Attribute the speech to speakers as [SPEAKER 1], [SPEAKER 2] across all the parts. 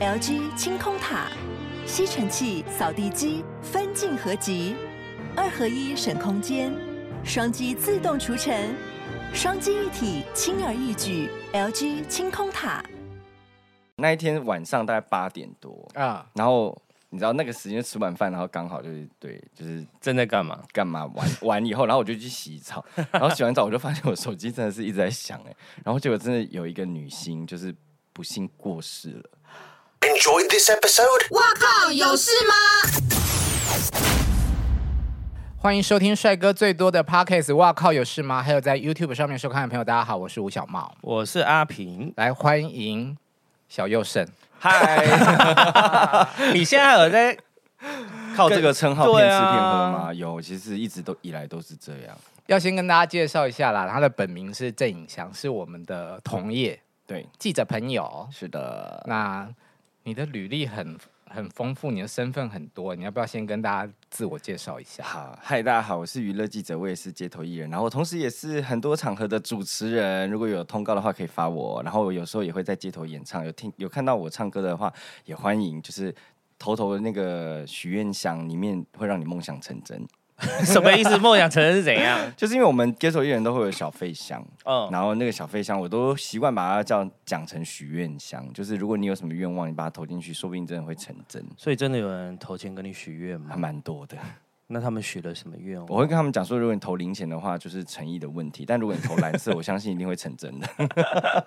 [SPEAKER 1] LG 清空塔、吸尘器、扫地机分镜合集，二合一省空间，双击自动除尘，双击一体轻而易举。LG 清空塔。
[SPEAKER 2] 那一天晚上大概八点多，
[SPEAKER 3] 啊，
[SPEAKER 2] 然后你知道那个时间吃完饭，然后刚好就是对，就是
[SPEAKER 4] 正在干嘛？
[SPEAKER 2] 干嘛玩完以后，然后我就去洗澡，然后洗完澡我就发现我手机真的是一直在响哎、然后结果真的有一个女星就是不幸过世了。
[SPEAKER 5] Enjoyed this episode?
[SPEAKER 3] 欢迎收听帅哥最多的 Podcast。哇靠，有事吗？还有在 YouTube 上面收看的朋友，大家好，我是吴小茂，
[SPEAKER 4] 我是阿平。
[SPEAKER 3] 来欢迎小佑胜。
[SPEAKER 2] 嗨，
[SPEAKER 4] 你现在有在
[SPEAKER 2] 靠哦这个称号
[SPEAKER 4] 对
[SPEAKER 2] 骗吃骗
[SPEAKER 4] 啊
[SPEAKER 2] 喝吗？有，其实一直都以来都是这样。
[SPEAKER 3] 要先跟大家介绍一下啦，他的本名是郑颖祥，是我们的同业
[SPEAKER 2] 对，
[SPEAKER 3] 记者朋友。
[SPEAKER 2] 是的，
[SPEAKER 3] 那你的履历很很丰富，你的身份很多，你要不要先跟大家自我介绍一下？
[SPEAKER 2] 好，嗨，大家好，我是娱乐记者，我也是街头艺人，然后同时也是很多场合的主持人。如果有通告的话，可以发我。然后我有时候也会在街头演唱，有听有看到我唱歌的话，也欢迎就是投投那个许愿箱里面，会让你梦想成真。啊
[SPEAKER 4] 什么意思？梦想成真是怎样？
[SPEAKER 2] 就是因为我们街头艺人都会有小费箱，
[SPEAKER 4] 嗯，
[SPEAKER 2] 然后那个小费箱我都习惯把它叫讲成许愿箱，就是如果你有什么愿望，你把它投进去，说不定真的会成真，
[SPEAKER 4] 所以真的有人投钱跟你许愿
[SPEAKER 2] 还
[SPEAKER 4] 吗？
[SPEAKER 2] 蛮多的。
[SPEAKER 4] 那他们许了什么愿
[SPEAKER 2] 我
[SPEAKER 4] 望？
[SPEAKER 2] 会跟他们讲说，如果你投零钱的话，就是诚意的问题；但如果你投蓝色，我相信一定会成真的。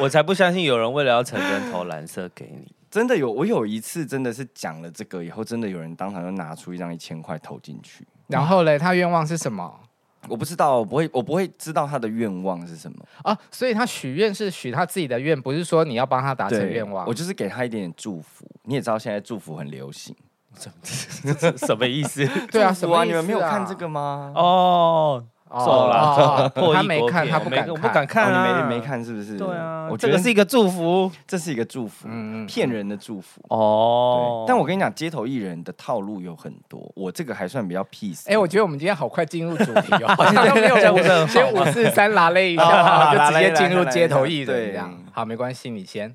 [SPEAKER 4] 我才不相信有人为了要成真投蓝色给你。
[SPEAKER 2] 真的有，我有一次真的是讲了这个以后，真的有人当场就拿出一张一千块投进去。
[SPEAKER 3] 然后嘞，他愿望是什么？
[SPEAKER 2] 我不知道，我不会，我不会知道他的愿望是什么。
[SPEAKER 3] 啊，所以他许愿是许他自己的愿，不是说你要帮他达成
[SPEAKER 2] 对
[SPEAKER 3] 愿望。
[SPEAKER 2] 我就是给他一点点祝福。你也知道现在祝福很流行，
[SPEAKER 4] 什么意思？
[SPEAKER 3] 对啊，
[SPEAKER 2] 祝
[SPEAKER 3] 什
[SPEAKER 2] 福啊，
[SPEAKER 3] 么意
[SPEAKER 2] 你
[SPEAKER 3] 思啊、
[SPEAKER 2] 们没有看这个吗？
[SPEAKER 4] 哦，
[SPEAKER 3] 哦？
[SPEAKER 4] 走啦
[SPEAKER 3] 哦哦
[SPEAKER 4] 破
[SPEAKER 3] 他
[SPEAKER 4] 译
[SPEAKER 3] 没
[SPEAKER 4] 国
[SPEAKER 3] 看，
[SPEAKER 4] 片
[SPEAKER 3] 他不
[SPEAKER 4] 没
[SPEAKER 3] 敢
[SPEAKER 4] 我
[SPEAKER 3] 看，
[SPEAKER 4] 不敢看
[SPEAKER 2] 哦
[SPEAKER 4] 啊，
[SPEAKER 2] 你没没。看是不是？
[SPEAKER 4] 对啊，
[SPEAKER 2] 我觉
[SPEAKER 4] 这
[SPEAKER 2] 得
[SPEAKER 4] 个是一个祝福
[SPEAKER 2] 这是一个祝福，
[SPEAKER 3] 嗯嗯嗯
[SPEAKER 2] 骗人的祝福。
[SPEAKER 4] 哦
[SPEAKER 2] 对，。但我跟你讲，街头艺人的套路有很多，我这个还算比较 peace。
[SPEAKER 3] 哎、我觉得我们今天好快进入主题 哦，好像都没有
[SPEAKER 4] 这样不是很好
[SPEAKER 3] 先五四三拉勒一下，
[SPEAKER 2] 哦
[SPEAKER 3] 然后
[SPEAKER 2] 拉
[SPEAKER 3] 就直
[SPEAKER 2] 勒
[SPEAKER 3] 接
[SPEAKER 2] 拉
[SPEAKER 3] 进入
[SPEAKER 2] 勒
[SPEAKER 3] 街头
[SPEAKER 2] 拉
[SPEAKER 3] 艺人
[SPEAKER 2] 对
[SPEAKER 3] 这样。好，没关系，你先。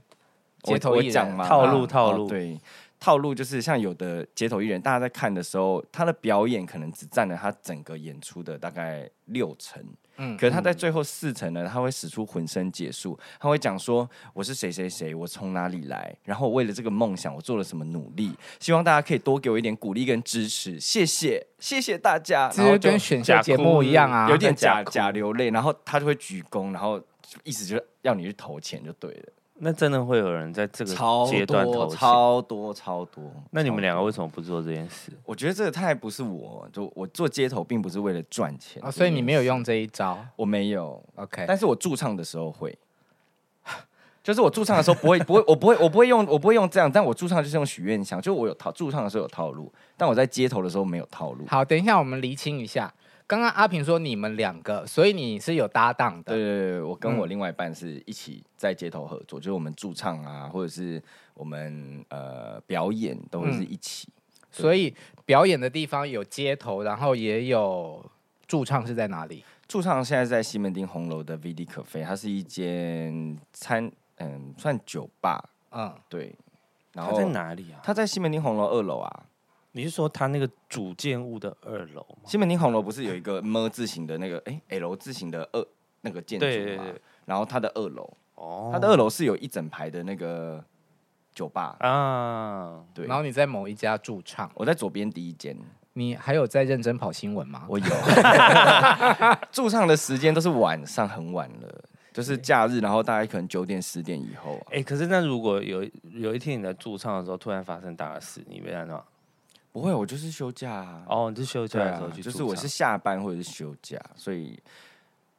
[SPEAKER 2] 我
[SPEAKER 3] 街头艺
[SPEAKER 2] 我
[SPEAKER 3] 人
[SPEAKER 2] 讲嘛，
[SPEAKER 4] 套路
[SPEAKER 2] 啊
[SPEAKER 4] 套
[SPEAKER 2] 哦
[SPEAKER 4] 路
[SPEAKER 2] 对。套路就是像有的街头艺人，大家在看的时候，他的表演可能只占了他整个演出的大概六成，
[SPEAKER 3] 嗯
[SPEAKER 2] 可是他在最后四成呢，他会使出浑身解数，他会讲说我是谁谁谁，我从哪里来，然后我为了这个梦想我做了什么努力，希望大家可以多给我一点鼓励跟支持，谢谢谢谢大家，
[SPEAKER 3] 这
[SPEAKER 2] 然后
[SPEAKER 3] 就
[SPEAKER 2] 就
[SPEAKER 3] 跟选秀节目一样啊，
[SPEAKER 2] 有点
[SPEAKER 4] 假
[SPEAKER 2] 假
[SPEAKER 4] 哭
[SPEAKER 2] 假流泪，然后他就会鞠躬，然后意思就是要你去投钱就对了。
[SPEAKER 4] 那真的会有人在这个
[SPEAKER 2] 超
[SPEAKER 4] 阶段投
[SPEAKER 2] 多、
[SPEAKER 4] 钱？
[SPEAKER 2] 超多、超多。
[SPEAKER 4] 那你们
[SPEAKER 2] 超
[SPEAKER 4] 两个为什么不做这件事？
[SPEAKER 2] 多，我觉得这个太不是我，就我做街头并不是为了赚钱、
[SPEAKER 3] 啊，所以你没有，用这一招。
[SPEAKER 2] 我没有，
[SPEAKER 3] OK，
[SPEAKER 2] 但是我驻唱的时候会。 就是我驻唱的时候不会，不会，我不会，我不会用，我不会用这样，但我驻唱就是用许愿箱，就我有套驻唱的时候有套路，但我在街头的时候没有套路。
[SPEAKER 3] 好，等一下我们厘清一下。刚刚阿平说你们两个，所以你是有搭档
[SPEAKER 2] 对
[SPEAKER 3] 的。
[SPEAKER 2] 对对对，我跟我
[SPEAKER 4] 嗯
[SPEAKER 2] 另外一半是一起在街头合作，就是我们驻唱啊，或者是我们呃表演都会是
[SPEAKER 4] 嗯
[SPEAKER 2] 一起。
[SPEAKER 3] 所以表演的地方有街头，然后也有驻唱是在哪里？
[SPEAKER 2] 驻唱现在在西门町红楼的 VD 可菲，它是一间餐，嗯，算酒吧，
[SPEAKER 3] 嗯，
[SPEAKER 2] 对。然
[SPEAKER 4] 他
[SPEAKER 2] 后
[SPEAKER 4] 在？哪里啊？
[SPEAKER 2] 它在西门町红楼二楼啊。
[SPEAKER 4] 你是说他那个主建物的二楼吗？
[SPEAKER 2] 西门町红楼不是有一个么字形的那个，哎、l 字形的二那个建筑嘛？
[SPEAKER 4] 对对对
[SPEAKER 2] 然后它的二楼，
[SPEAKER 4] 哦
[SPEAKER 2] 它的二楼是有一整排的那个酒吧，
[SPEAKER 4] 啊，
[SPEAKER 2] 对。
[SPEAKER 3] 然后你在某一家驻唱，
[SPEAKER 2] 我在左边第一间，
[SPEAKER 4] 哦
[SPEAKER 3] 你还有在认真跑新闻吗？
[SPEAKER 2] 我有驻唱的时间都是晚上很晚了，就是假日，然后大概可能九点十点以后、啊，
[SPEAKER 4] 哎、可是那如果有有一天你在驻唱的时候突然发生大事，你没办法。
[SPEAKER 2] 不会，我就是休假啊。
[SPEAKER 4] 哦，你是休假
[SPEAKER 2] 对
[SPEAKER 4] 的
[SPEAKER 2] 啊
[SPEAKER 4] 时候去驻唱、
[SPEAKER 2] 就是我是下班或者是休假，所以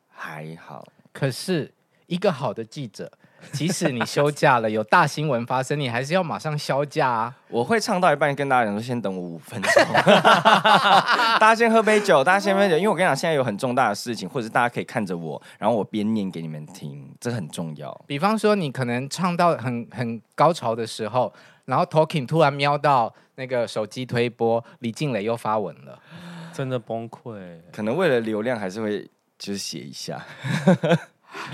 [SPEAKER 2] 还好。
[SPEAKER 3] 可是一个好的记 者，即使你休假了，有大新闻发生，你还是要马上休假啊。
[SPEAKER 2] 我会唱到一半跟大家讲说，先等我五分钟， 大家先喝杯酒，大家先喝杯酒，因为我跟你讲，现在有很重大的事情，或者是大家可以看着我，然后我边念给你们听，这很重要。
[SPEAKER 3] 比方说，你可能唱到很很高潮的时候，然后 Talking 突然瞄到那个手机推播，李静蕾又发文了。
[SPEAKER 4] 真的崩 溃。
[SPEAKER 2] 可能为了流量，还是会就是写一下，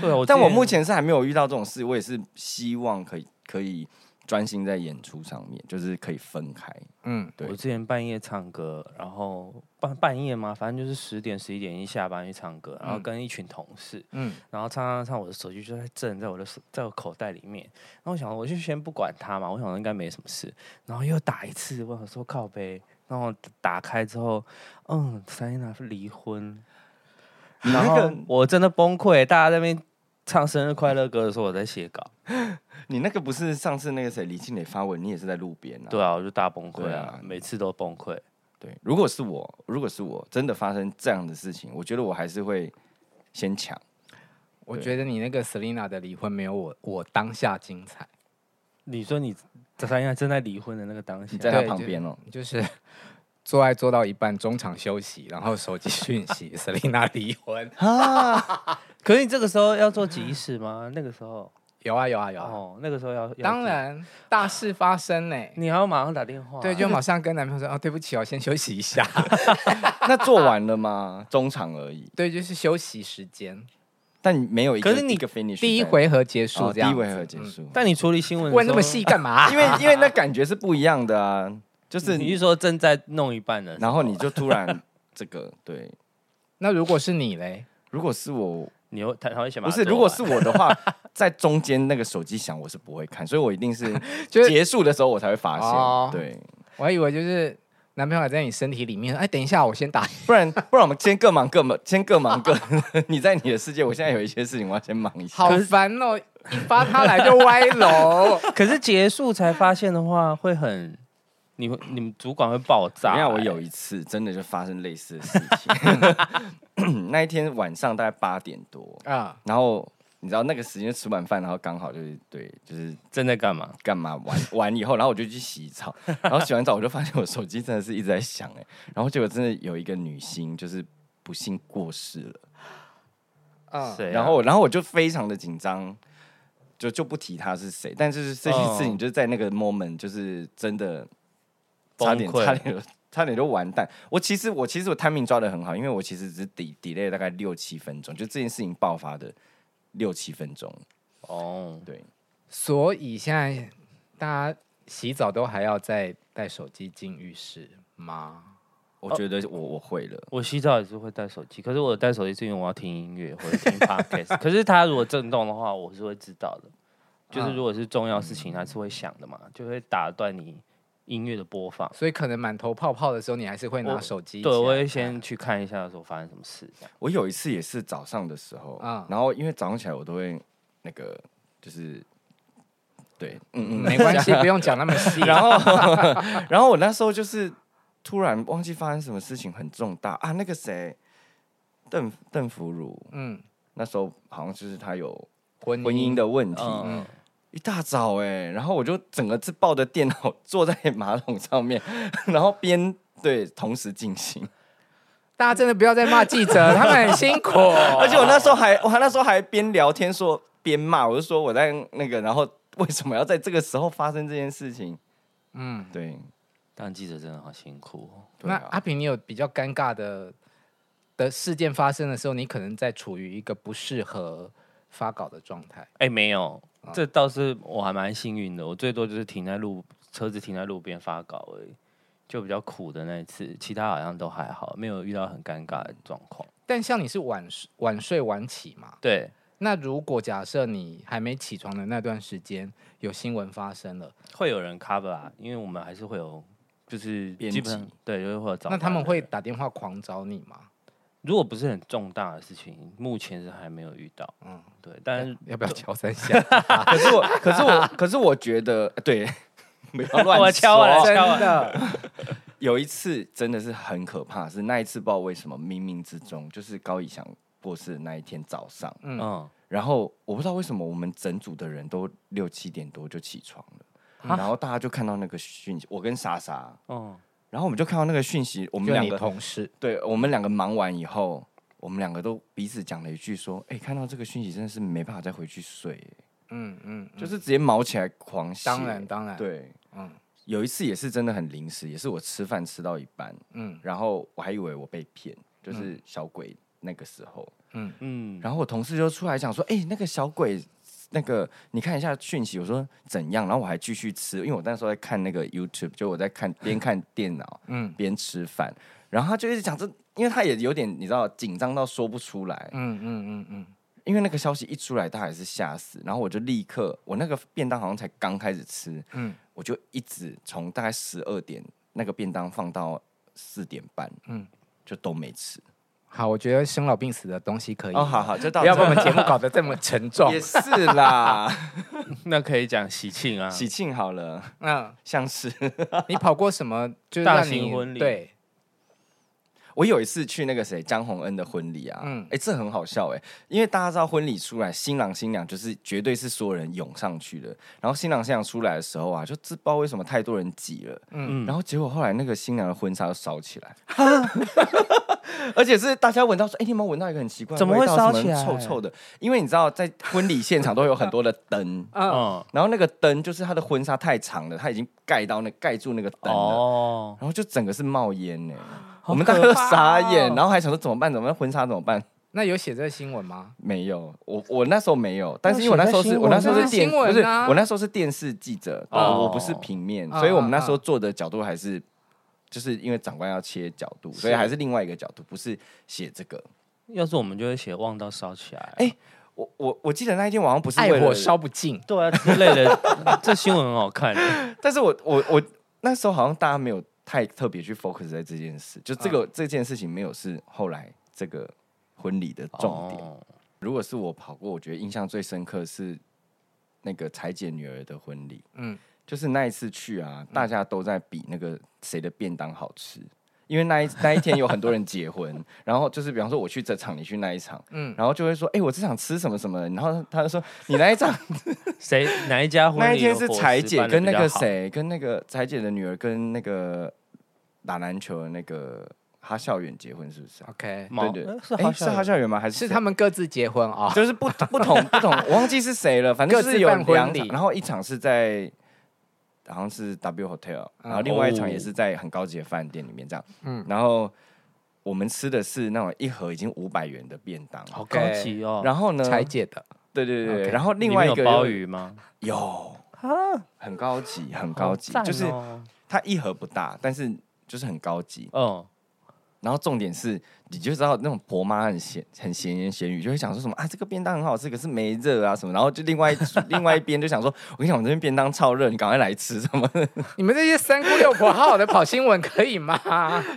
[SPEAKER 4] 对啊，我
[SPEAKER 2] 但
[SPEAKER 4] 之
[SPEAKER 2] 我
[SPEAKER 4] 前
[SPEAKER 2] 目前是还没有遇到这种事，我也是希望可以可以专心在演出上面，就是可以分开。
[SPEAKER 3] 嗯，
[SPEAKER 2] 对
[SPEAKER 4] 我之前半夜唱歌，然后半半夜嘛，反正就是十点十一点一下班去唱歌，
[SPEAKER 2] 嗯
[SPEAKER 4] 然后跟一群同事，
[SPEAKER 3] 嗯
[SPEAKER 4] 嗯，然后唱唱唱，我的手机就在震，在我的手在我口袋里面，然后我想我就先不管它嘛，我想应该没什么事，然后又打一次，我想说靠背，然后打开之后，嗯，塞娜离婚，
[SPEAKER 2] 你
[SPEAKER 4] 然
[SPEAKER 2] 那
[SPEAKER 4] 后
[SPEAKER 2] 个
[SPEAKER 4] 我真的崩溃，大家在那边唱生日快乐歌的时候，我在写稿，
[SPEAKER 2] 你那个不是上次那个谁李庆磊发文，你也是在路边啊？
[SPEAKER 4] 对啊，我就大崩溃
[SPEAKER 2] 对
[SPEAKER 4] 啊
[SPEAKER 2] 啊，
[SPEAKER 4] 每次都崩溃。
[SPEAKER 2] 对，如果是我，如果是我真的发生这样的事情，我觉得我还是会先抢。
[SPEAKER 3] 我
[SPEAKER 2] 对
[SPEAKER 3] 觉得你那个 Selina 的离婚没有我我当下精彩，
[SPEAKER 4] 你说你三亚正在离婚的那个当下
[SPEAKER 2] 你，在他
[SPEAKER 3] 对
[SPEAKER 2] 旁
[SPEAKER 3] 就
[SPEAKER 2] 边哦、
[SPEAKER 3] 就是 做爱做到一半中场休息，然后手机讯息 Selina 离婚，
[SPEAKER 4] 可是你这个时候要做集市 吗？那个时候
[SPEAKER 3] 有啊有啊有啊，
[SPEAKER 4] 哦，那个时候要要
[SPEAKER 3] 当
[SPEAKER 4] 做，
[SPEAKER 3] 然大事发生呢、欸
[SPEAKER 4] 你还要马上打电话，
[SPEAKER 3] 对，就马上跟男朋友说哦，对不起哦，先休息一下。
[SPEAKER 2] 那做完了吗？中场而已，
[SPEAKER 3] 对，就是休息时间，
[SPEAKER 2] 但没有一个
[SPEAKER 4] 可是你
[SPEAKER 2] 一个 finish
[SPEAKER 3] 第一
[SPEAKER 2] 在
[SPEAKER 3] 回合结束
[SPEAKER 2] 哦
[SPEAKER 3] 这样
[SPEAKER 2] 第一
[SPEAKER 3] 子、嗯
[SPEAKER 2] 回合结束，
[SPEAKER 4] 但你处理新闻的时候
[SPEAKER 3] 问那么细，干嘛、
[SPEAKER 2] 因为因为那感觉是不一样的啊，就是
[SPEAKER 4] 你是说正在弄一半呢？
[SPEAKER 2] 然后你就突然这个对，
[SPEAKER 3] 那如果是你嘞？
[SPEAKER 2] 如果是我
[SPEAKER 4] 你又他他会先把
[SPEAKER 2] 不
[SPEAKER 4] 它
[SPEAKER 2] 是，
[SPEAKER 4] 做
[SPEAKER 2] 如果
[SPEAKER 4] 完
[SPEAKER 2] 是我的话，在中间那个手机响我是不会看，所以我一定是
[SPEAKER 3] 就是
[SPEAKER 2] 结束的时候我才会发
[SPEAKER 3] 哦
[SPEAKER 2] 现，对，
[SPEAKER 3] 我还以为就是男朋友还在你身体里面，哎，等一下，我先打。
[SPEAKER 2] 不然不然我们先各忙各忙， 先各忙各，你在你的世界，我现在有一些事情我要先忙一下，
[SPEAKER 3] 好烦哦，一发他来就歪 楼。
[SPEAKER 4] 可是结束才发现的话，会很你会你们主管会爆炸、
[SPEAKER 2] 因为我
[SPEAKER 4] 欸
[SPEAKER 2] 有一次真的就发生类似的事情， 那一天晚上大概八点多，
[SPEAKER 3] 啊、
[SPEAKER 2] 然后你知道那个时间吃完饭，然后刚好就是对，就是
[SPEAKER 4] 正在干嘛？
[SPEAKER 2] 干嘛玩 完以后，然后我就去洗澡，然后洗完澡我就发现我手机真的是一直在响哎、然后结果真的有一个女星就是不幸过世了，
[SPEAKER 3] 嗯
[SPEAKER 4] 谁啊、
[SPEAKER 2] 然后然后我就非常的紧张。就就不提她是谁，但是这件事情
[SPEAKER 4] 哦
[SPEAKER 2] 就是在那个 moment，就是真的差点
[SPEAKER 4] 崩溃
[SPEAKER 2] 差点就差点就完蛋。我其实我其实我 timing 抓的很好，因为我其实只 de delay 大概六七分钟，就这件事情爆发的六七分钟。
[SPEAKER 4] 哦，
[SPEAKER 2] 对，
[SPEAKER 3] 所以现在大家洗澡都还要再带手机进浴室吗？
[SPEAKER 4] 哦
[SPEAKER 2] 我觉得我我会了。
[SPEAKER 4] 我洗澡也是会带手机，可是我带手机是因为我要听音乐或者听 podcast。可是它如果震动的话，我是会知道的。就是
[SPEAKER 2] 嗯
[SPEAKER 4] 如果是重要事情，它是会响的嘛，就会打断你音乐的播放。
[SPEAKER 3] 所以可能满头泡泡的时候，你还是会拿
[SPEAKER 4] 我
[SPEAKER 3] 手机起
[SPEAKER 4] 对，
[SPEAKER 3] 来看。
[SPEAKER 4] 我会先去看一下说发生什么事这样。
[SPEAKER 2] 我有一次也是早上的时候，
[SPEAKER 3] 啊
[SPEAKER 2] 然后因为早上起来我都会那个就是对，嗯嗯，
[SPEAKER 3] 没关 系，不用讲那么细。
[SPEAKER 2] 然后然后我那时候就是突然忘记发生什么事情很重大啊，那个谁邓邓福如
[SPEAKER 3] 嗯，
[SPEAKER 2] 那时候好像就是他有
[SPEAKER 3] 婚
[SPEAKER 2] 婚姻的问题，
[SPEAKER 4] 嗯，
[SPEAKER 2] 一大早哎、然后我就整个是抱着电脑坐在马桶上面，然后边对同时进行。
[SPEAKER 3] 大家真的不要再骂记 者，他们很辛苦。
[SPEAKER 2] 而且我那时候还，我还那时候还边聊天说边骂，我就说我在那个，然后为什么要在这个时候发生这件事情？
[SPEAKER 3] 嗯，
[SPEAKER 2] 对，
[SPEAKER 4] 当记者真的好辛苦、哦。
[SPEAKER 2] 对
[SPEAKER 3] 那
[SPEAKER 2] 啊
[SPEAKER 3] 阿平，你有比较尴尬的的事件发生的时候，你可能在处于一个不适合发稿的状态。
[SPEAKER 4] 哎、没有，这倒是我还蛮幸运的。我最多就是停在路，车子停在路边发稿而已，就比较苦的那一次，其他好像都还好，没有遇到很尴尬的状况。
[SPEAKER 3] 但像你是晚睡晚睡晚起嘛，
[SPEAKER 4] 对，
[SPEAKER 3] 那如果假设你还没起床的那段时间有新闻发生了，
[SPEAKER 4] 会有人 cover 啊，因为我们还是会有，就是
[SPEAKER 2] 编
[SPEAKER 4] 基本
[SPEAKER 2] 辑
[SPEAKER 4] 上对，就是会有找。
[SPEAKER 3] 那他们会，打电话狂找你吗？
[SPEAKER 4] 如果不是很重大的事情，目前是还没有遇到。嗯，对，但是
[SPEAKER 3] 要不要敲三下？
[SPEAKER 2] 可是我，可是我，可是我觉得，呃对， 不 要乱
[SPEAKER 4] 我敲完了
[SPEAKER 2] 说
[SPEAKER 3] 真
[SPEAKER 4] 敲完了
[SPEAKER 3] 的，
[SPEAKER 2] 有一次真的是很可怕，是那一次不知道为什么，冥冥之中就是高以翔过世的那一天早上，
[SPEAKER 3] 嗯
[SPEAKER 4] 嗯，
[SPEAKER 2] 然后我不知道为什么我们整组的人都六七点多就起床了，
[SPEAKER 3] 啊
[SPEAKER 2] 然后大家就看到那个讯息，我跟莎莎，
[SPEAKER 4] 哦，
[SPEAKER 2] 然后我们就看到那个讯息， 我们
[SPEAKER 3] 就
[SPEAKER 2] 两
[SPEAKER 3] 你
[SPEAKER 2] 个
[SPEAKER 3] 同事，
[SPEAKER 2] 对我们两个忙完以后，我们两个都彼此讲了一句说：“哎、看到这个讯息真的是没办法再回去睡、
[SPEAKER 3] 嗯嗯，嗯
[SPEAKER 2] 就是直接毛起来狂写。
[SPEAKER 3] 当然当然，，
[SPEAKER 2] 对，
[SPEAKER 3] 嗯
[SPEAKER 2] 嗯，有一次也是真的很临时，也是我吃饭吃到一半，
[SPEAKER 3] 嗯
[SPEAKER 2] 然后我还以为我被骗，就是小鬼那个时候，
[SPEAKER 4] 嗯，
[SPEAKER 2] 然后我同事就出来讲说：“哎、那个小鬼那个你看一下讯息，我说怎样，然后我还继续吃，因为我那时候在看那个 YouTube，就我在看 边看电脑，嗯，边吃饭，然后他就一直讲这，因为他也有点你知道紧张到说不出来，
[SPEAKER 3] 嗯嗯嗯嗯，
[SPEAKER 2] 因为那个消息一出来，他还是吓死，然后我就立刻，我那个便当好像才刚开始吃，嗯
[SPEAKER 3] 嗯，
[SPEAKER 2] 我就一直从大概十二点那个便当放到四点半，嗯
[SPEAKER 3] 嗯，
[SPEAKER 2] 就都没吃。
[SPEAKER 3] 好，我觉得生老病死的东西可以，
[SPEAKER 2] 哦，好好，就到
[SPEAKER 3] 不要
[SPEAKER 2] 这
[SPEAKER 3] 把我们节目搞得这么沉 重
[SPEAKER 2] 也。是啦，
[SPEAKER 4] 那可以讲喜庆啊，
[SPEAKER 2] 喜庆好了，
[SPEAKER 3] 嗯，
[SPEAKER 2] 像是
[SPEAKER 3] 你跑过什么？就是
[SPEAKER 4] 大
[SPEAKER 3] 让
[SPEAKER 4] 型
[SPEAKER 3] 你
[SPEAKER 4] 婚礼
[SPEAKER 3] 对，
[SPEAKER 2] 我有一次去那个谁张洪恩的婚礼啊，嗯
[SPEAKER 3] 嗯，
[SPEAKER 2] 哎、这很好笑哎、因为大家知道婚礼出来，新郎新娘就是绝对是所有人涌上去的，然后新郎新娘出来的时候啊，就不知道为什么太多人挤了，嗯，
[SPEAKER 4] 嗯
[SPEAKER 2] 然后结果后来那个新娘的婚纱就烧起来， 而且是大家闻到说，哎、你有没有闻到一个很奇怪的
[SPEAKER 4] 怎么
[SPEAKER 2] 味道
[SPEAKER 4] 会烧
[SPEAKER 2] 什
[SPEAKER 4] 起来
[SPEAKER 2] 臭臭的，因为你知道在婚礼现场都有很多的灯。
[SPEAKER 3] 嗯，
[SPEAKER 4] 嗯，
[SPEAKER 2] 然后那个灯就是她的婚纱太长了，她已经盖到那盖住那个灯了，
[SPEAKER 4] 哦，
[SPEAKER 2] 然后就整个是冒烟呢、我
[SPEAKER 4] 好
[SPEAKER 2] 们大家
[SPEAKER 4] 可
[SPEAKER 2] 都
[SPEAKER 4] 怕
[SPEAKER 2] 傻眼，
[SPEAKER 4] 哦
[SPEAKER 2] 然后还想说怎么办？怎么办？婚纱怎么办？
[SPEAKER 3] 那有写这新闻吗？
[SPEAKER 2] 没有，我我那时候没有，但是
[SPEAKER 4] 那
[SPEAKER 2] 因为我那时候
[SPEAKER 4] 写
[SPEAKER 2] 是
[SPEAKER 4] 在
[SPEAKER 2] 我那时候是
[SPEAKER 3] 新
[SPEAKER 2] 电，
[SPEAKER 3] 闻啊
[SPEAKER 2] 不是
[SPEAKER 3] 新闻啊
[SPEAKER 2] 我那时候是电视记者，对
[SPEAKER 4] 哦
[SPEAKER 2] 我不是平面，所以我们那时候做的角度还是，就是因为长官要切角度，所以还是另外一个角度，不是写这个。
[SPEAKER 4] 要是我们就会写望到烧起来啊，
[SPEAKER 2] 哎我我我记得那一天晚上不是
[SPEAKER 3] 爱
[SPEAKER 2] 为了
[SPEAKER 3] 火烧，不尽。
[SPEAKER 4] 对啊之类的， 这新闻很好看，
[SPEAKER 2] 但是我我我那时候好像大家没有太特别去 focus 在这件事，就这个、这件事情没有是后来这个婚礼的 重点。
[SPEAKER 4] 哦
[SPEAKER 2] 如果是我跑过，我觉得印象最深刻是那个裁姐女儿的婚礼，
[SPEAKER 3] 嗯，
[SPEAKER 2] 就是那一次去啊，
[SPEAKER 4] 嗯
[SPEAKER 2] 大家都在比那个谁的便当好吃。因为那 一那一天有很多人结婚，然后就是比方说我去这场，你去那一场，嗯
[SPEAKER 3] 嗯，
[SPEAKER 2] 然后就会说，哎、我这场吃什么什么，然后他就说你那一场
[SPEAKER 4] 谁哪一 家婚礼
[SPEAKER 2] 那一天
[SPEAKER 4] 的
[SPEAKER 2] 是
[SPEAKER 4] 伙食
[SPEAKER 2] 裁姐
[SPEAKER 4] 办得
[SPEAKER 2] 跟
[SPEAKER 4] 比
[SPEAKER 2] 那
[SPEAKER 4] 较
[SPEAKER 2] 个
[SPEAKER 4] 好，
[SPEAKER 2] 谁跟那个裁姐的女儿跟那个打篮球的那个哈校园结婚是不是啊、
[SPEAKER 3] OK，
[SPEAKER 4] 毛
[SPEAKER 2] 对对，
[SPEAKER 4] 呃是
[SPEAKER 2] 诶
[SPEAKER 4] 好
[SPEAKER 2] 是哈
[SPEAKER 4] 像
[SPEAKER 2] 校园吗？还是
[SPEAKER 3] 是
[SPEAKER 2] 谁
[SPEAKER 3] 他们各自结婚啊、
[SPEAKER 2] 就是不不同不同，我忘记是谁了，反正就是有
[SPEAKER 3] 各自办
[SPEAKER 2] 两
[SPEAKER 3] 婚
[SPEAKER 2] 场，
[SPEAKER 3] 礼
[SPEAKER 2] 然后一场是在好像是 W
[SPEAKER 4] 啊
[SPEAKER 2] Hotel，然后另外一场也是在很高级的饭店里面这样，嗯
[SPEAKER 3] 嗯，
[SPEAKER 2] 然后我们吃的是那种一盒已经五百元的便当，
[SPEAKER 4] 好高级哦。
[SPEAKER 2] 然后呢，
[SPEAKER 3] 裁姐的，
[SPEAKER 2] 对对对对，
[SPEAKER 3] OK
[SPEAKER 2] 然后另
[SPEAKER 4] 里
[SPEAKER 2] 外
[SPEAKER 4] 面
[SPEAKER 2] 一
[SPEAKER 4] 有
[SPEAKER 2] 个就
[SPEAKER 4] 鲍
[SPEAKER 2] 是
[SPEAKER 4] 鱼吗？
[SPEAKER 2] 有，很高级，很高级
[SPEAKER 4] 好，赞
[SPEAKER 2] 就是
[SPEAKER 4] 哦
[SPEAKER 2] 它一盒不大，但是就是很高级，
[SPEAKER 4] 嗯，
[SPEAKER 2] 然后重点是，你就知道那种婆妈很闲很闲言闲语，就会想说什么啊，这个便当很好吃，可是没热啊什么。然后就另外一 另外一边就想说，我跟你讲，我这边便当超热，你赶快来吃什么？
[SPEAKER 3] 你们这些三姑六婆，好好的跑新闻可以吗？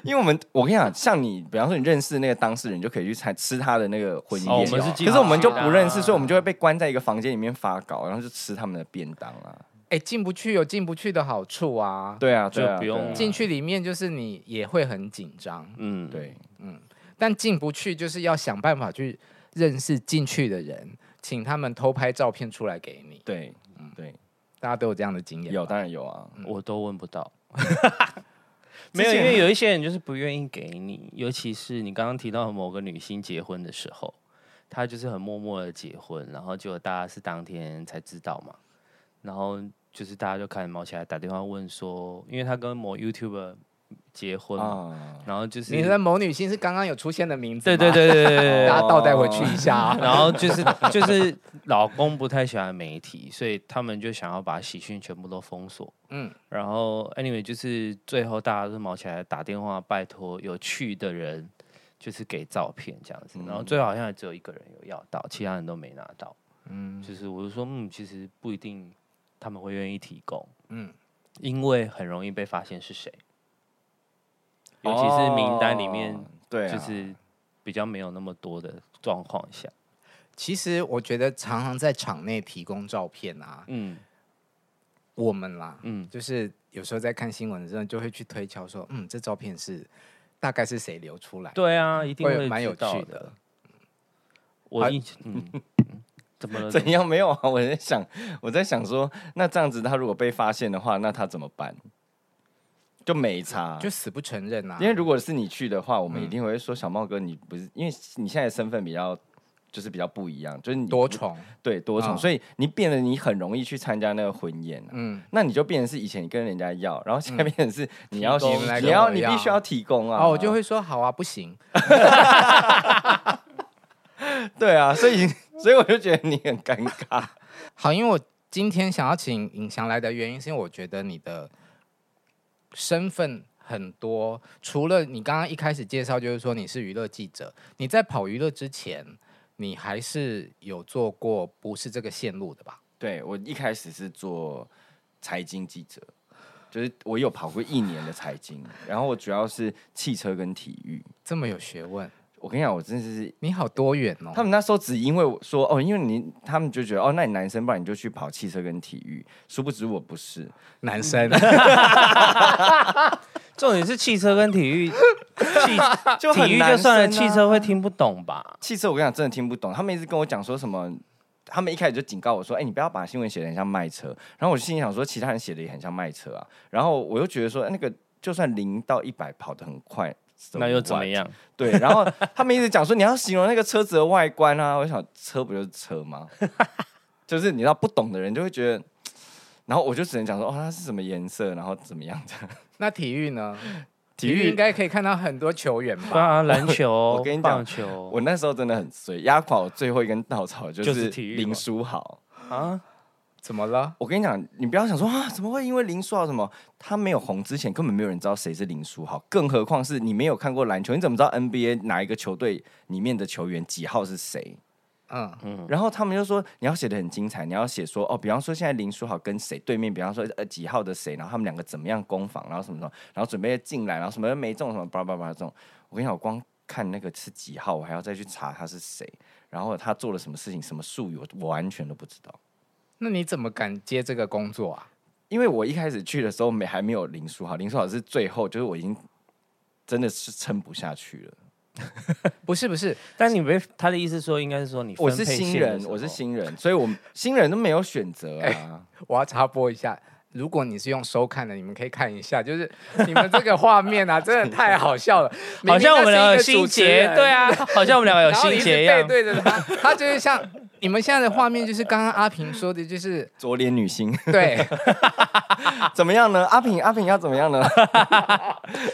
[SPEAKER 2] 因为我们我跟你讲，像你，比方说你认识那个当事人，你就可以去参吃他的那个婚宴。
[SPEAKER 4] 哦我们是基
[SPEAKER 2] 可是我们就
[SPEAKER 4] 本上
[SPEAKER 2] 不认识，所以我们就会被关在一个房间里面发稿，然后就吃他们的便当啊。
[SPEAKER 3] 哎，进不去有进不去的好处啊。
[SPEAKER 2] 对啊，对啊
[SPEAKER 4] 就不用
[SPEAKER 2] 对啊
[SPEAKER 3] 进去里面就是你也会很紧张，
[SPEAKER 4] 嗯，
[SPEAKER 2] 对，
[SPEAKER 3] 但进不去就是要想办法去认识进去的人，请他们偷拍照片出来给你。
[SPEAKER 2] 对对，
[SPEAKER 3] 大家都有这样的经验吧，
[SPEAKER 2] 有当然有啊。
[SPEAKER 4] 我都问不到。嗯 啊没有，
[SPEAKER 2] 之
[SPEAKER 4] 因
[SPEAKER 2] 前
[SPEAKER 4] 为有一些人就是不愿意给你，尤其是你刚刚提到某个女星结婚的时候，她就是很默默的结婚，然后结果大家是当天才知道嘛，然后就是大家就开始毛起来打电话问说，因为她跟某 YouTuber 结婚嘛，
[SPEAKER 2] 啊，
[SPEAKER 4] 然后就是啊
[SPEAKER 3] 你的某女星是刚刚有出现的名字，
[SPEAKER 4] 对对，对对对对，
[SPEAKER 3] 大家倒带回去一下啊。
[SPEAKER 4] 然后就是就是老公不太喜欢媒体，所以他们就想要把喜讯全部都封锁。嗯
[SPEAKER 3] 嗯，
[SPEAKER 4] 然后 anyway 就是最后大家都毛起来打电话拜托有去的人，就是给照片这样子。然后最后好像也只有一个人有要到，其他人都没拿到。嗯，就是我就说，嗯，其实不一定他们会愿意提供。嗯
[SPEAKER 3] 嗯。
[SPEAKER 4] 因为很容易被发现是谁，尤其是名单里面
[SPEAKER 2] 哦对啊，
[SPEAKER 4] 就是比较没有那么多的状况下，
[SPEAKER 3] 其实我觉得常常在场内提供照片啊，
[SPEAKER 4] 嗯
[SPEAKER 3] 我们啦，
[SPEAKER 4] 嗯，
[SPEAKER 3] 就是有时候在看新闻的时候，就会去推敲说，嗯，这照片是大概是谁流出来的，
[SPEAKER 4] 对啊，一定
[SPEAKER 3] 会
[SPEAKER 4] 会
[SPEAKER 3] 蛮
[SPEAKER 4] 知
[SPEAKER 3] 有
[SPEAKER 4] 道
[SPEAKER 3] 趣
[SPEAKER 4] 的
[SPEAKER 3] 的。。
[SPEAKER 4] 我
[SPEAKER 3] 还
[SPEAKER 4] 印嗯，嗯 怎么 了？
[SPEAKER 2] 怎样没有啊？我在想，我在想说，那这样子他如果被发现的话，那他怎么办？就没差。
[SPEAKER 3] 就嗯死不承认啊
[SPEAKER 2] 因。为如果是你去的话，我们一定会说小茂哥，你不是因为你现在的身份比较就是比较不一样，就是你
[SPEAKER 3] 多重，
[SPEAKER 2] 对多重，
[SPEAKER 3] 嗯
[SPEAKER 2] 所以你变得你很容易去参加那个婚宴、啊。
[SPEAKER 3] 嗯，
[SPEAKER 2] 那你就变成是以前你跟人家要，然后现在变成是你要、
[SPEAKER 3] 提供来
[SPEAKER 2] 你
[SPEAKER 3] 跟
[SPEAKER 2] 要
[SPEAKER 3] 我
[SPEAKER 2] 你必须
[SPEAKER 3] 要
[SPEAKER 2] 要提供啊，
[SPEAKER 3] 哦，我就会说好啊，不行，
[SPEAKER 2] 对啊，所以所以我就觉得你很尴尬，
[SPEAKER 3] 好，因为我今天想要请尹翔来的原因，是因为我觉得你的身份很多，除了你刚刚一开始介绍，就是说你是娱乐记者，你在跑娱乐之前，你还是有做过不是这个线路的吧？
[SPEAKER 2] 对我一开始是做财经记者，就是我有跑过一年的财经，然后我主要是汽车跟体育。
[SPEAKER 3] 这么有学问，
[SPEAKER 2] 我跟你讲，我真的是
[SPEAKER 3] 你好多元哦。
[SPEAKER 2] 他们那时候只因为我说哦，因为你他们就觉得哦，那你男生不然你就去跑汽车跟体育，殊不知我不是，
[SPEAKER 3] 男生
[SPEAKER 4] 重点是汽车跟体 育，汽
[SPEAKER 2] 就很
[SPEAKER 4] 啊体育
[SPEAKER 2] 男
[SPEAKER 4] 就算了，
[SPEAKER 2] 生啊
[SPEAKER 4] 汽车会听不懂吧？
[SPEAKER 2] 汽车我跟你讲真的听不懂，他们一直跟我讲说什么。他们一开始就警告我说：“哎、你不要把新闻写的很像卖车。”然后我心里想说，其他人写的也很像卖车啊。然后我又觉得说，哎那个就算零到一百跑得很快，so
[SPEAKER 4] 那又怎么
[SPEAKER 2] what？
[SPEAKER 4] 样？
[SPEAKER 2] 对，然后他们一直讲说你要形容那个车子的外观啊，我想车不就是车吗？ 就是你知道不懂的人就会觉得，然后我就只能讲说哦它是什么颜色，然后怎么样的。
[SPEAKER 3] 那体育呢？
[SPEAKER 2] 体
[SPEAKER 3] 体育
[SPEAKER 2] 育
[SPEAKER 3] 应该可以看到很多球员
[SPEAKER 4] 对
[SPEAKER 3] 吧？
[SPEAKER 4] 啊，篮
[SPEAKER 2] 我
[SPEAKER 4] 球
[SPEAKER 2] 跟你、讲
[SPEAKER 4] 棒球
[SPEAKER 2] 我那时候真的很衰，压垮我最后一根稻草就
[SPEAKER 4] 就是
[SPEAKER 2] 是
[SPEAKER 4] 体育
[SPEAKER 2] 林
[SPEAKER 4] 嘛
[SPEAKER 2] 书豪。
[SPEAKER 4] 啊，
[SPEAKER 3] 怎么了？
[SPEAKER 2] 我跟你讲，你不要想说啊，怎么会因为林书豪什么？他没有红之前，根本没有人知道谁是林书豪，更何况是你没有看过篮球，你怎么知道 NBA 哪一个球队里面的球员几号是谁？
[SPEAKER 3] 嗯，
[SPEAKER 2] 然后他们就说你要写的很精彩，你要写说哦，比方说现在林书豪跟谁对面，比方说呃几号的谁，然后他们两个怎么样攻防，然后什么什么，然后准备进来，然后什么没中什么叭叭叭这种。我跟你讲，我光看那个是几号，我还要再去查他是谁，然后他做了什么事情，什么术语，我我完全都不知道。
[SPEAKER 3] 那你怎么敢接这个工作啊？
[SPEAKER 2] 因为我一开始去的时候没还没有林书豪，林书豪是最后，就是我已经真的是撑不下去了。
[SPEAKER 3] 不是不是，
[SPEAKER 4] 但你没他的意思说，应该是说你
[SPEAKER 2] 我
[SPEAKER 4] 分
[SPEAKER 2] 是
[SPEAKER 4] 配
[SPEAKER 2] 新
[SPEAKER 4] 线的
[SPEAKER 2] 人，
[SPEAKER 4] 时
[SPEAKER 2] 我是
[SPEAKER 4] 候
[SPEAKER 2] 新人，所以我新人都没有选择啊。
[SPEAKER 3] 我要插播一下，如果你是用收看的，你们可以看一下，就是你们这个画面 啊，真的太好笑了，
[SPEAKER 4] 好像我们
[SPEAKER 3] 两
[SPEAKER 4] 两个
[SPEAKER 3] 个
[SPEAKER 4] 有心结，对，啊，好像我们两个 有
[SPEAKER 3] 然后你一
[SPEAKER 4] 心
[SPEAKER 3] 直
[SPEAKER 4] 结一样
[SPEAKER 3] 背。对着他，他就是像你们现在的画面，就是刚刚阿平说的，就是
[SPEAKER 2] 左脸女星。
[SPEAKER 3] 对，
[SPEAKER 2] 怎么样呢？阿平，阿平要怎么样呢？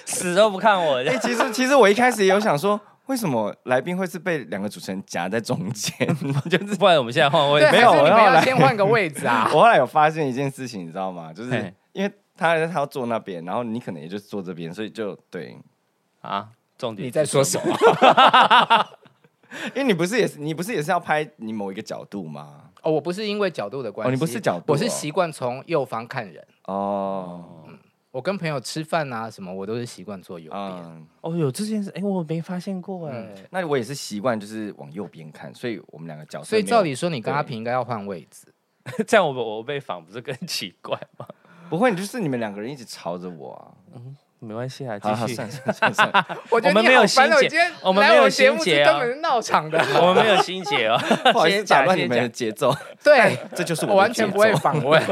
[SPEAKER 4] 死都不看我。
[SPEAKER 2] 哎、其实其实我一开始也有想说，为什么来宾会是被两个主持人夹在中间？ 就是
[SPEAKER 4] 不然我们现在换位
[SPEAKER 3] 对，，
[SPEAKER 2] 没有
[SPEAKER 3] 还是
[SPEAKER 2] 我
[SPEAKER 3] 你们
[SPEAKER 2] 要
[SPEAKER 3] 要
[SPEAKER 2] 来
[SPEAKER 3] 先换个位置啊
[SPEAKER 2] 我。后来有发现一件事情，你知道吗？就是
[SPEAKER 4] 嘿
[SPEAKER 2] 因为他他要坐那边，然后你可能也就坐这边，所以就对，
[SPEAKER 4] 啊，重点
[SPEAKER 3] 你在说什
[SPEAKER 4] 么？
[SPEAKER 3] 么？
[SPEAKER 2] 因为你不是也是你不是也是要拍你某一个角度吗？
[SPEAKER 3] 哦，我不是因为角度的关
[SPEAKER 2] 哦
[SPEAKER 3] 系，
[SPEAKER 2] 你不是角度
[SPEAKER 3] 我是
[SPEAKER 2] 哦
[SPEAKER 3] 习惯从右方看人。
[SPEAKER 2] 哦，
[SPEAKER 3] 我跟朋友吃饭啊什么，我都是习惯坐右边。
[SPEAKER 2] 嗯，
[SPEAKER 4] 哦，有这件事，哎，我没发现过
[SPEAKER 3] 嗯
[SPEAKER 4] 哎。
[SPEAKER 2] 那我也是习惯就是往右边看，所以我们两个角色
[SPEAKER 3] 所以
[SPEAKER 2] 没有
[SPEAKER 3] 照理说，你跟
[SPEAKER 2] 对
[SPEAKER 3] 阿平应该要换位置。
[SPEAKER 4] 这样我我被仿不是更奇怪吗？
[SPEAKER 2] 不会，就是你们两个人一直朝着我啊。
[SPEAKER 4] 没关系啊，
[SPEAKER 2] 好好
[SPEAKER 4] 继续
[SPEAKER 2] 算。算算算，
[SPEAKER 3] 我觉得
[SPEAKER 4] 我们
[SPEAKER 3] 你
[SPEAKER 4] 没有
[SPEAKER 3] 好烦哦
[SPEAKER 4] 心结
[SPEAKER 3] 今天
[SPEAKER 4] 我们
[SPEAKER 3] 来
[SPEAKER 4] 没有
[SPEAKER 3] 我节目
[SPEAKER 4] 心
[SPEAKER 3] 是
[SPEAKER 4] 结啊
[SPEAKER 3] 根本是闹场 的。
[SPEAKER 4] 我们没有心结哦，
[SPEAKER 2] 不好意思
[SPEAKER 4] 先
[SPEAKER 2] 打
[SPEAKER 4] 讲
[SPEAKER 2] 乱你
[SPEAKER 4] 先
[SPEAKER 2] 们的
[SPEAKER 4] 讲
[SPEAKER 2] 节奏，
[SPEAKER 3] 对，
[SPEAKER 2] 这就是我
[SPEAKER 3] 我
[SPEAKER 2] 的
[SPEAKER 3] 完全
[SPEAKER 2] 节
[SPEAKER 3] 不会
[SPEAKER 2] 奏
[SPEAKER 3] 访问。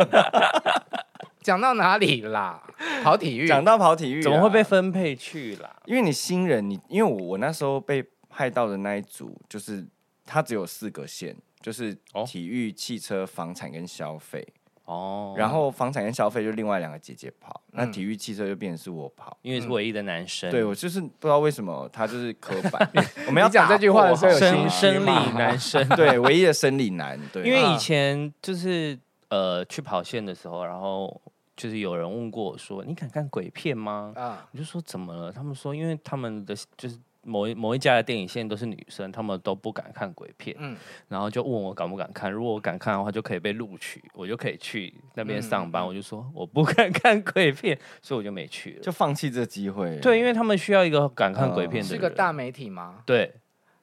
[SPEAKER 3] 讲到哪里啦？跑体育，
[SPEAKER 2] 讲到跑体育， 啊
[SPEAKER 4] 怎么会被？分配去啦？
[SPEAKER 2] 因为你新人，你因为我我那时候被派到的那一组，就是它只有四个县，就是
[SPEAKER 4] 哦
[SPEAKER 2] 体育、汽车、房产跟消费。
[SPEAKER 4] 哦，
[SPEAKER 2] 然后房产跟消费就另外两个姐姐跑，那
[SPEAKER 3] 嗯
[SPEAKER 2] 体育、汽车就变成是我跑。
[SPEAKER 4] 因为是唯一的男生，
[SPEAKER 2] 对，我就是不知道为什么他就是刻板。我们要
[SPEAKER 3] 你讲这句话的时候有
[SPEAKER 2] 打
[SPEAKER 3] 心
[SPEAKER 2] 破
[SPEAKER 3] 虚
[SPEAKER 4] 生
[SPEAKER 2] 哈
[SPEAKER 4] 生理
[SPEAKER 3] 嘛
[SPEAKER 4] 男生，
[SPEAKER 2] 对唯一的生理男，对，
[SPEAKER 4] 因为以前就是呃去跑线的时候，然后就是有人问过我说：“你敢看鬼片吗
[SPEAKER 3] 啊？”，
[SPEAKER 4] 我就说：“怎么了？”他们说：“因为他们的就是某一某一家的电影线都是女生，他们都不敢看鬼片。”
[SPEAKER 3] 嗯
[SPEAKER 4] 然后就问我敢不敢看，如果我敢看的话，就可以被录取，我就可以去那边上
[SPEAKER 3] 嗯
[SPEAKER 4] 班。我就说我不敢看 鬼片，所以我就没去了。
[SPEAKER 2] 就放弃这机会。
[SPEAKER 4] 对，因为他们需要一个敢看鬼
[SPEAKER 2] 嗯
[SPEAKER 4] 片的
[SPEAKER 3] 是
[SPEAKER 4] 人，
[SPEAKER 3] 个大媒体吗？
[SPEAKER 4] 对，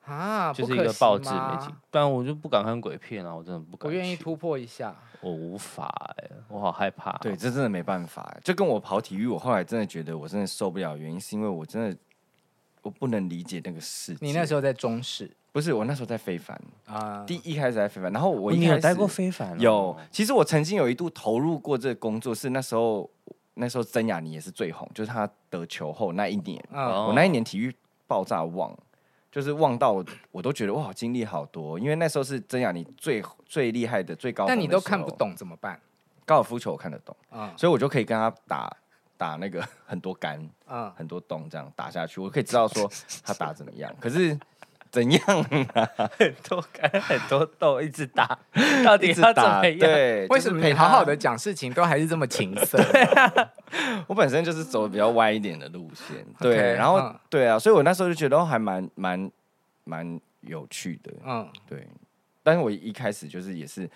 [SPEAKER 3] 啊，
[SPEAKER 4] 就
[SPEAKER 3] 不
[SPEAKER 4] 是一
[SPEAKER 3] 可
[SPEAKER 4] 个
[SPEAKER 3] 惜
[SPEAKER 4] 报纸媒
[SPEAKER 3] 吗
[SPEAKER 4] 体，不然我就不敢看鬼片啊，我真的不敢。
[SPEAKER 3] 我愿意，突破一下。
[SPEAKER 4] 我无法哎、我好害怕、哦
[SPEAKER 2] 对，，这真的没办法。就跟我跑体育，我后来真的觉得我真的受不了，原因是因为我真的我不能理解那个世界。
[SPEAKER 3] 你那时
[SPEAKER 2] 候
[SPEAKER 3] 候在中视
[SPEAKER 2] 不是我那时候在非凡，
[SPEAKER 3] 啊，
[SPEAKER 2] 第一开始在非凡，然后我一
[SPEAKER 4] 哦你
[SPEAKER 2] 开
[SPEAKER 4] 有
[SPEAKER 2] 始
[SPEAKER 4] 待过非凡、哦
[SPEAKER 2] 有，，其实我曾经有一度投入过这个工作，是那时候那时候曾雅妮也是最红，就是她得球后那一年，
[SPEAKER 3] 嗯，
[SPEAKER 2] 我那一年体育爆炸旺。就是旺到我，我都觉得哇，经历好多，因为那时候是曾雅妮最最厉害的、最高峰
[SPEAKER 3] 但
[SPEAKER 2] 的
[SPEAKER 3] 你都
[SPEAKER 2] 时
[SPEAKER 3] 看不
[SPEAKER 2] 候
[SPEAKER 3] 懂怎么办？
[SPEAKER 2] 高尔夫球，我看得懂。
[SPEAKER 3] 嗯
[SPEAKER 2] 所以我就可以跟他打打那个 很多杆、
[SPEAKER 3] 嗯，
[SPEAKER 2] 很多洞，这样打下去，我可以知道说他打怎么样。可是怎样
[SPEAKER 4] 很多感很多痘，一直 打，到底
[SPEAKER 2] 一直
[SPEAKER 4] 要怎
[SPEAKER 2] 打？
[SPEAKER 4] 么样？
[SPEAKER 2] 对，
[SPEAKER 3] 为
[SPEAKER 2] 就是
[SPEAKER 3] 什么
[SPEAKER 2] 陪
[SPEAKER 3] 你
[SPEAKER 2] 他
[SPEAKER 3] 好好的？讲事情都还是这么情色？
[SPEAKER 2] 我本身就是走比较歪一点的路线，对
[SPEAKER 3] OK，
[SPEAKER 2] 然后、
[SPEAKER 3] 嗯
[SPEAKER 2] 对啊，所以我那时候就觉得哦还蛮蛮蛮有趣的，
[SPEAKER 3] 嗯
[SPEAKER 2] 对。但是我一开始就是也是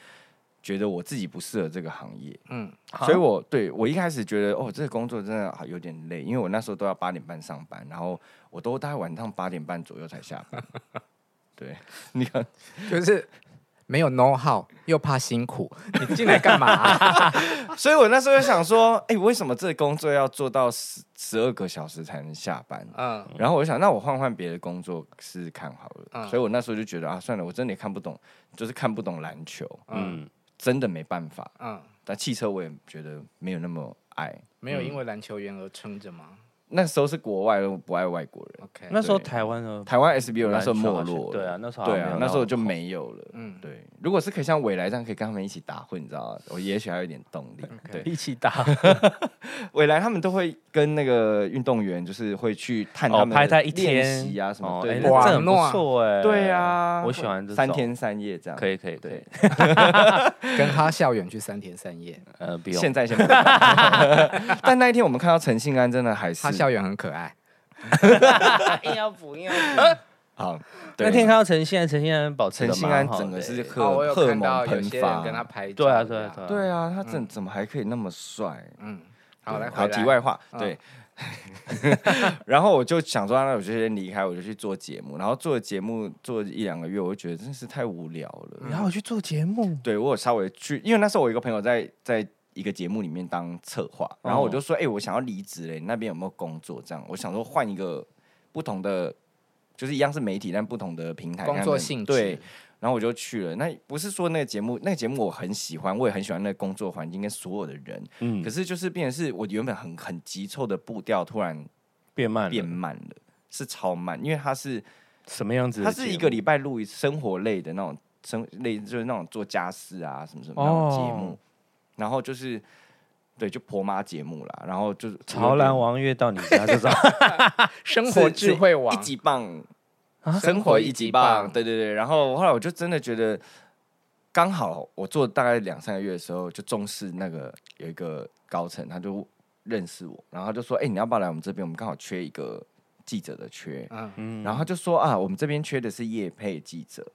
[SPEAKER 2] 觉得我自己不适合这个行业，
[SPEAKER 3] 嗯，
[SPEAKER 2] 所以我对我一开始觉得哦，这个工作真的好有点累，因为我那时候都要八点半上班，然后我都大概晚上八点半左右才下班。 对， 你看，
[SPEAKER 3] 就是没有 know how，又怕辛苦，你进来干嘛啊、
[SPEAKER 2] 所以我那时候就想说， 哎、为什么这个工作要做到十十二个小时才能下班？
[SPEAKER 3] 嗯，
[SPEAKER 2] 然后我就想，那我换换别的工作试试看好了。
[SPEAKER 3] 嗯
[SPEAKER 2] 所以我那时候就觉得啊，算了，我真的也看不懂，就是看不懂篮球，
[SPEAKER 4] 嗯，
[SPEAKER 2] 真的没办法。
[SPEAKER 3] 嗯，
[SPEAKER 2] 但汽车我也觉得没有那么爱。
[SPEAKER 3] 没有因为篮球员而撑着吗
[SPEAKER 2] 那时候是国外，我不爱外国人。
[SPEAKER 3] ？OK，
[SPEAKER 4] 那时候
[SPEAKER 2] 对
[SPEAKER 4] 台湾呢，
[SPEAKER 2] 台湾 SBL 那时候没落了，
[SPEAKER 4] 对啊，那时候
[SPEAKER 2] 对
[SPEAKER 4] 还没
[SPEAKER 2] 啊
[SPEAKER 4] 有，
[SPEAKER 2] 那时候
[SPEAKER 4] 么
[SPEAKER 2] 就没有了。
[SPEAKER 3] 嗯，
[SPEAKER 2] 对，如果是可以像未来这样，可以跟他们一起打混，你知道吗？我也许还有一点动力。对，
[SPEAKER 4] 一起打，
[SPEAKER 2] 未来他们都会跟那个运动员，就是会去探他
[SPEAKER 4] 哦，
[SPEAKER 2] 们的
[SPEAKER 4] 拍他一
[SPEAKER 2] 练习
[SPEAKER 4] 天
[SPEAKER 2] 啊什么。
[SPEAKER 4] 哦
[SPEAKER 2] 对
[SPEAKER 4] 哎
[SPEAKER 2] 对
[SPEAKER 4] 那
[SPEAKER 3] 哇
[SPEAKER 2] 对
[SPEAKER 4] 这很不
[SPEAKER 3] 诺
[SPEAKER 4] 错哎，
[SPEAKER 2] 对啊，
[SPEAKER 4] 我喜欢这
[SPEAKER 2] 三
[SPEAKER 4] 种，
[SPEAKER 2] 天三夜这样。
[SPEAKER 4] 可
[SPEAKER 2] 以，
[SPEAKER 4] 以可以可以
[SPEAKER 2] 对，
[SPEAKER 3] 跟哈校园去三天三夜，
[SPEAKER 4] 呃，不
[SPEAKER 2] 现
[SPEAKER 4] 用，
[SPEAKER 2] 在先不要。但那一天我们看到陈信安真的还是
[SPEAKER 3] 哈校园很可爱。
[SPEAKER 4] 要不要？
[SPEAKER 2] 好，对
[SPEAKER 4] 那天看到陈信安，陈信安保持
[SPEAKER 2] 陈
[SPEAKER 4] 的
[SPEAKER 2] 信安
[SPEAKER 4] 蛮好
[SPEAKER 2] 整
[SPEAKER 4] 的
[SPEAKER 2] 个是
[SPEAKER 4] 欸，
[SPEAKER 3] 哦
[SPEAKER 2] 荷荷尔蒙喷发，
[SPEAKER 3] 拍照
[SPEAKER 4] 对啊对啊对啊，
[SPEAKER 2] 对啊，他怎怎么还可以那么帅？
[SPEAKER 3] 嗯，好来，
[SPEAKER 2] 好
[SPEAKER 3] 回来
[SPEAKER 2] 题外话，
[SPEAKER 3] 嗯
[SPEAKER 2] 对。 然后我就想说，那我就先离开，我就去做节目。然后做节目做一两个月，我就觉得真是太无聊了。
[SPEAKER 4] 然后我去做节目，
[SPEAKER 2] 对我有稍微去，因为那时候我有一个朋友在在一个节目里面当策划，然后
[SPEAKER 3] 哦
[SPEAKER 2] 我就说，哎、我想要离职嘞，你那边有没有工作？这样，我想说换一个不同的，就是一样是媒体，但不同的平台
[SPEAKER 3] 工
[SPEAKER 2] 看
[SPEAKER 3] 作
[SPEAKER 2] 看
[SPEAKER 3] 性质
[SPEAKER 2] 对。然后我就去了，那不是说那个节目，那个节目我很喜欢，我也很喜欢那个工作环境跟所有的人，
[SPEAKER 4] 嗯
[SPEAKER 2] 可，是就是变成是我原本很很急凑的步调突然
[SPEAKER 4] 变慢了，
[SPEAKER 3] 嗯
[SPEAKER 2] 变慢了，是超慢，因为它是
[SPEAKER 4] 什么样子的
[SPEAKER 2] 它
[SPEAKER 4] 节目？
[SPEAKER 2] 是一个礼拜录一生活类的那种生类，就是那种做家事啊什么什么那种节目，
[SPEAKER 4] 哦
[SPEAKER 2] 然后就是对就婆妈节目啦，然后就是
[SPEAKER 4] 潮男王月到你家 这种，
[SPEAKER 3] 生
[SPEAKER 2] 是
[SPEAKER 3] 活智慧
[SPEAKER 2] 是
[SPEAKER 3] 网
[SPEAKER 2] 一级棒，
[SPEAKER 4] 啊
[SPEAKER 2] 生活一级棒，
[SPEAKER 3] 生活一级棒
[SPEAKER 2] 对对对，然后后来我就真的觉得。刚好我做大概两三个月的时候，就重视那个有一个高层，他就认识我，然后他就说：“哎、你要不要来我们这边？我们刚好缺一个记者的缺。”
[SPEAKER 3] 嗯，
[SPEAKER 4] 嗯
[SPEAKER 2] 然后他就说啊，我们这边缺的是叶配记者。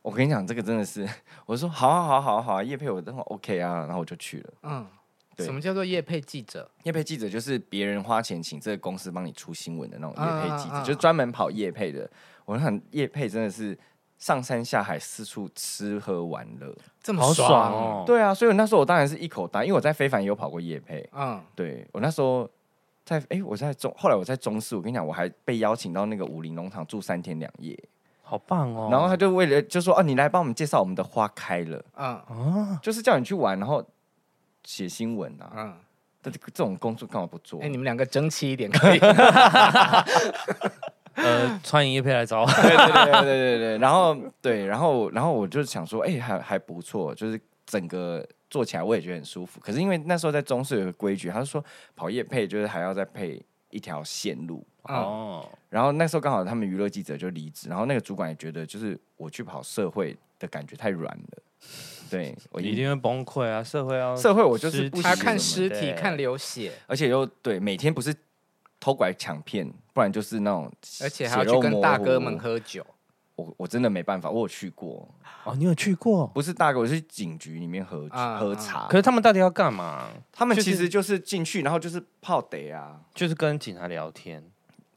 [SPEAKER 2] 我跟你讲，这个真的是，我说好好好好好啊，叶配我真的 OK 啊，然后我就去了。
[SPEAKER 3] 嗯，
[SPEAKER 2] 对
[SPEAKER 3] 什么叫做业配记者？
[SPEAKER 2] 叶配记者就是别人花钱请这个公司帮你出新闻的那种叶
[SPEAKER 3] 啊
[SPEAKER 2] 配记者，
[SPEAKER 3] 啊啊
[SPEAKER 2] 就专门跑叶配的。我想叶配真的是上山下海，四处吃喝玩乐。
[SPEAKER 3] 这么
[SPEAKER 4] 好爽
[SPEAKER 3] 哦！
[SPEAKER 4] 哦，
[SPEAKER 2] 对啊，所以那时候我当然是一口答应，因为我在非凡也有跑过叶配。
[SPEAKER 3] 嗯，
[SPEAKER 2] 对我那时候在哎、我在中，后来我在中视，我跟你讲，我还被邀请到那个武林农场住三天两夜。
[SPEAKER 4] 好棒哦。
[SPEAKER 2] 然后他就为了就说哦，你来帮我们介绍我们的花开了，
[SPEAKER 3] 嗯
[SPEAKER 4] 啊，
[SPEAKER 2] 就是叫你去玩，然后写新闻啊。
[SPEAKER 3] 嗯，
[SPEAKER 2] 但这个这种工作干嘛不做？
[SPEAKER 3] 哎，你们两个争气一点可以。
[SPEAKER 4] 呃，穿营业配 来找我，
[SPEAKER 2] 对对对对对对。然后对，然后然后我就想说，哎、还还不错，就是整个做起来我也觉得很舒服。可是因为那时候在中视有个规矩，他就说跑夜配就是还要再配一条线路。
[SPEAKER 3] 嗯
[SPEAKER 4] 哦，
[SPEAKER 2] 然后那时候刚好他们娱乐记者就离职，然后那个主管也觉得就是我去跑社会的感觉太软了，对我
[SPEAKER 4] 我一定会崩溃啊！社会要
[SPEAKER 2] 社会我就是不
[SPEAKER 4] 尸体
[SPEAKER 3] 还要看
[SPEAKER 4] 什
[SPEAKER 3] 尸
[SPEAKER 4] 么的
[SPEAKER 3] 体，看流血，
[SPEAKER 2] 而且又对每天不是偷拐抢骗，不然就是那种
[SPEAKER 3] 而且还要
[SPEAKER 2] 血肉
[SPEAKER 3] 去跟
[SPEAKER 2] 模
[SPEAKER 3] 大
[SPEAKER 2] 糊
[SPEAKER 3] 哥们。喝酒。
[SPEAKER 2] 我我真的没办法，我有去过，
[SPEAKER 4] 哦，你有去过？
[SPEAKER 2] 不是大哥，我是警局里面喝酒
[SPEAKER 3] 啊
[SPEAKER 2] 喝
[SPEAKER 3] 啊
[SPEAKER 2] 茶。
[SPEAKER 4] 可是他们到底要干嘛？
[SPEAKER 2] 他们
[SPEAKER 4] 就是
[SPEAKER 2] 其实就是进去，然后就是泡得啊，
[SPEAKER 4] 就是跟警察聊天，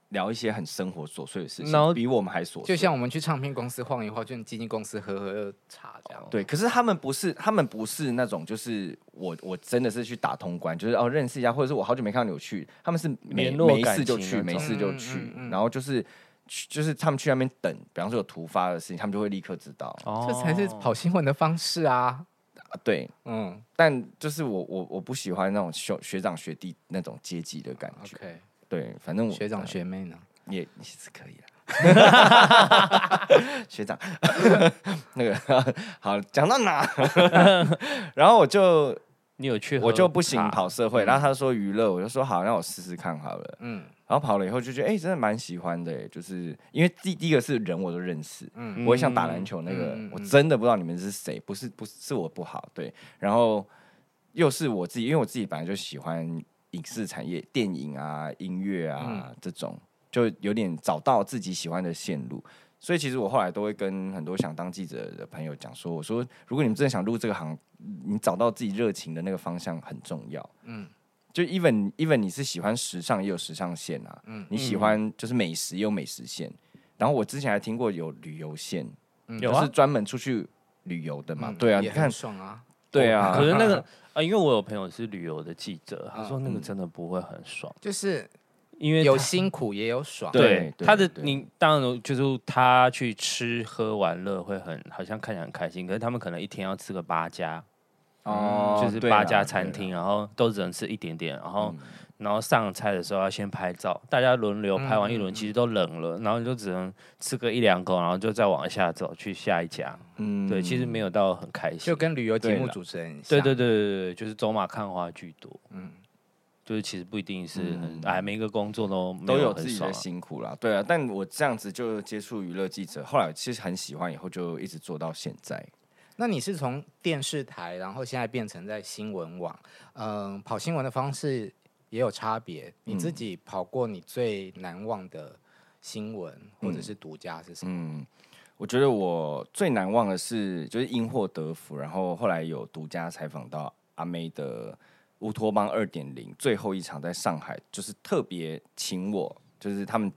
[SPEAKER 2] 聊一些很生活琐碎的事情，
[SPEAKER 4] 然后
[SPEAKER 2] 比我们还琐碎。
[SPEAKER 3] 就像我们去唱片公司晃一晃，去经纪公司喝喝茶这样。
[SPEAKER 2] 对，可是他们不是，他们不是那种，就是我我真的是去打通关，就是哦认识一下，或者是我好久没看到你，我去，他们是没
[SPEAKER 4] 联络
[SPEAKER 2] 没
[SPEAKER 4] 感
[SPEAKER 2] 事就
[SPEAKER 4] 情
[SPEAKER 2] 去，
[SPEAKER 4] 那
[SPEAKER 2] 没事就
[SPEAKER 3] 种
[SPEAKER 2] 去
[SPEAKER 3] 嗯，嗯嗯
[SPEAKER 2] 然后就是去就是他们去那边等，比方说有突发的事情，他们就会立刻知道。
[SPEAKER 4] 哦
[SPEAKER 3] 这才是跑新闻的方式啊。
[SPEAKER 2] 啊对，
[SPEAKER 3] 嗯
[SPEAKER 2] 但就是我我我不喜欢那种学学长学弟那种阶级的感觉。
[SPEAKER 3] ，OK，
[SPEAKER 2] 对，反正我
[SPEAKER 3] 学长
[SPEAKER 2] 呃
[SPEAKER 3] 学妹呢？
[SPEAKER 2] 也也是可以的。 学长， 那个 好，讲到哪？ 然后我就
[SPEAKER 4] 你有去喝茶，
[SPEAKER 2] 我就不行跑社会，然后他说娱乐，我就说好，那我试试看好了。
[SPEAKER 3] 嗯
[SPEAKER 2] 然后跑了以后就觉得，哎、真的蛮喜欢的、哎就是因为第第一个是人我都认识，
[SPEAKER 3] 嗯
[SPEAKER 2] 嗯，我也想打篮球那个，
[SPEAKER 3] 嗯嗯嗯
[SPEAKER 2] 我真的不知道你们是谁，不是不是是我不好，对，然后又是我自己，因为我自己本来就喜欢影视产业、电影啊、音乐啊、
[SPEAKER 4] 嗯
[SPEAKER 2] 这种，就有点找到自己喜欢的线路。所以其实我后来都会跟很多想当记者的朋友讲说，我说如果你们真的想入这个行，你找到自己热情的那个方向很重要。嗯，就 even even 你是喜欢时尚也有时尚线啊，嗯，你喜欢就是美食也有美食线，然后我之前还听过有旅游线，
[SPEAKER 4] 有
[SPEAKER 2] 就是
[SPEAKER 4] 啊，
[SPEAKER 2] 专门出去旅游的
[SPEAKER 4] 嗯
[SPEAKER 2] 嘛。对啊，你
[SPEAKER 3] 也
[SPEAKER 2] 看
[SPEAKER 3] 很，爽啊，
[SPEAKER 2] 对
[SPEAKER 4] 可
[SPEAKER 2] 啊，
[SPEAKER 4] 是那个啊，因为我有朋友是旅游的记者，他
[SPEAKER 3] 嗯
[SPEAKER 4] 说那个
[SPEAKER 2] 嗯
[SPEAKER 4] 真的不会很爽，
[SPEAKER 3] 就是
[SPEAKER 4] 因为
[SPEAKER 3] 有
[SPEAKER 4] 他
[SPEAKER 3] 辛苦也有爽，
[SPEAKER 2] 对
[SPEAKER 4] 对
[SPEAKER 2] 对
[SPEAKER 4] 他的
[SPEAKER 2] 对
[SPEAKER 4] 你当然就是他去吃喝玩乐会很好像看起来很开心，可是他们可能一天要吃个八家，
[SPEAKER 2] 哦
[SPEAKER 4] 就是八家餐，厅，然后都只能吃一点点，然
[SPEAKER 2] 嗯
[SPEAKER 4] 后、然后上菜的时候要先拍照，大家轮流拍完一
[SPEAKER 2] 嗯
[SPEAKER 4] 轮，其实都冷了，然后你就只能吃个一两口，然后就再往下走去下一家。
[SPEAKER 2] 嗯
[SPEAKER 4] 对，其实没有到很开心，
[SPEAKER 3] 就跟旅游节
[SPEAKER 2] 对
[SPEAKER 3] 目
[SPEAKER 2] 啦
[SPEAKER 3] 主持人很像
[SPEAKER 4] 对对对对对，就是走马看花居多。嗯，就是其实不一定是很，哎，每一个工作都
[SPEAKER 2] 嗯
[SPEAKER 4] 没
[SPEAKER 2] 都有
[SPEAKER 4] 很
[SPEAKER 2] 自己
[SPEAKER 4] 爽
[SPEAKER 2] 的
[SPEAKER 4] 啊
[SPEAKER 2] 辛苦啦，对啊。但我这样子就接触娱乐记者，后来其实很喜欢，以后就一直做到现在。
[SPEAKER 3] 那你是从电视台，然后现在变成在新闻网，嗯，跑新闻的方式也有差别。
[SPEAKER 2] 嗯
[SPEAKER 3] 你自己跑过你最难忘的新闻或者是独家是什么？
[SPEAKER 2] 嗯，我觉得我最难忘的是，就是因祸得福，然后后来有独家采访到阿妹的《乌托邦二点零》最后一场在上海，就是特别请我，就是他们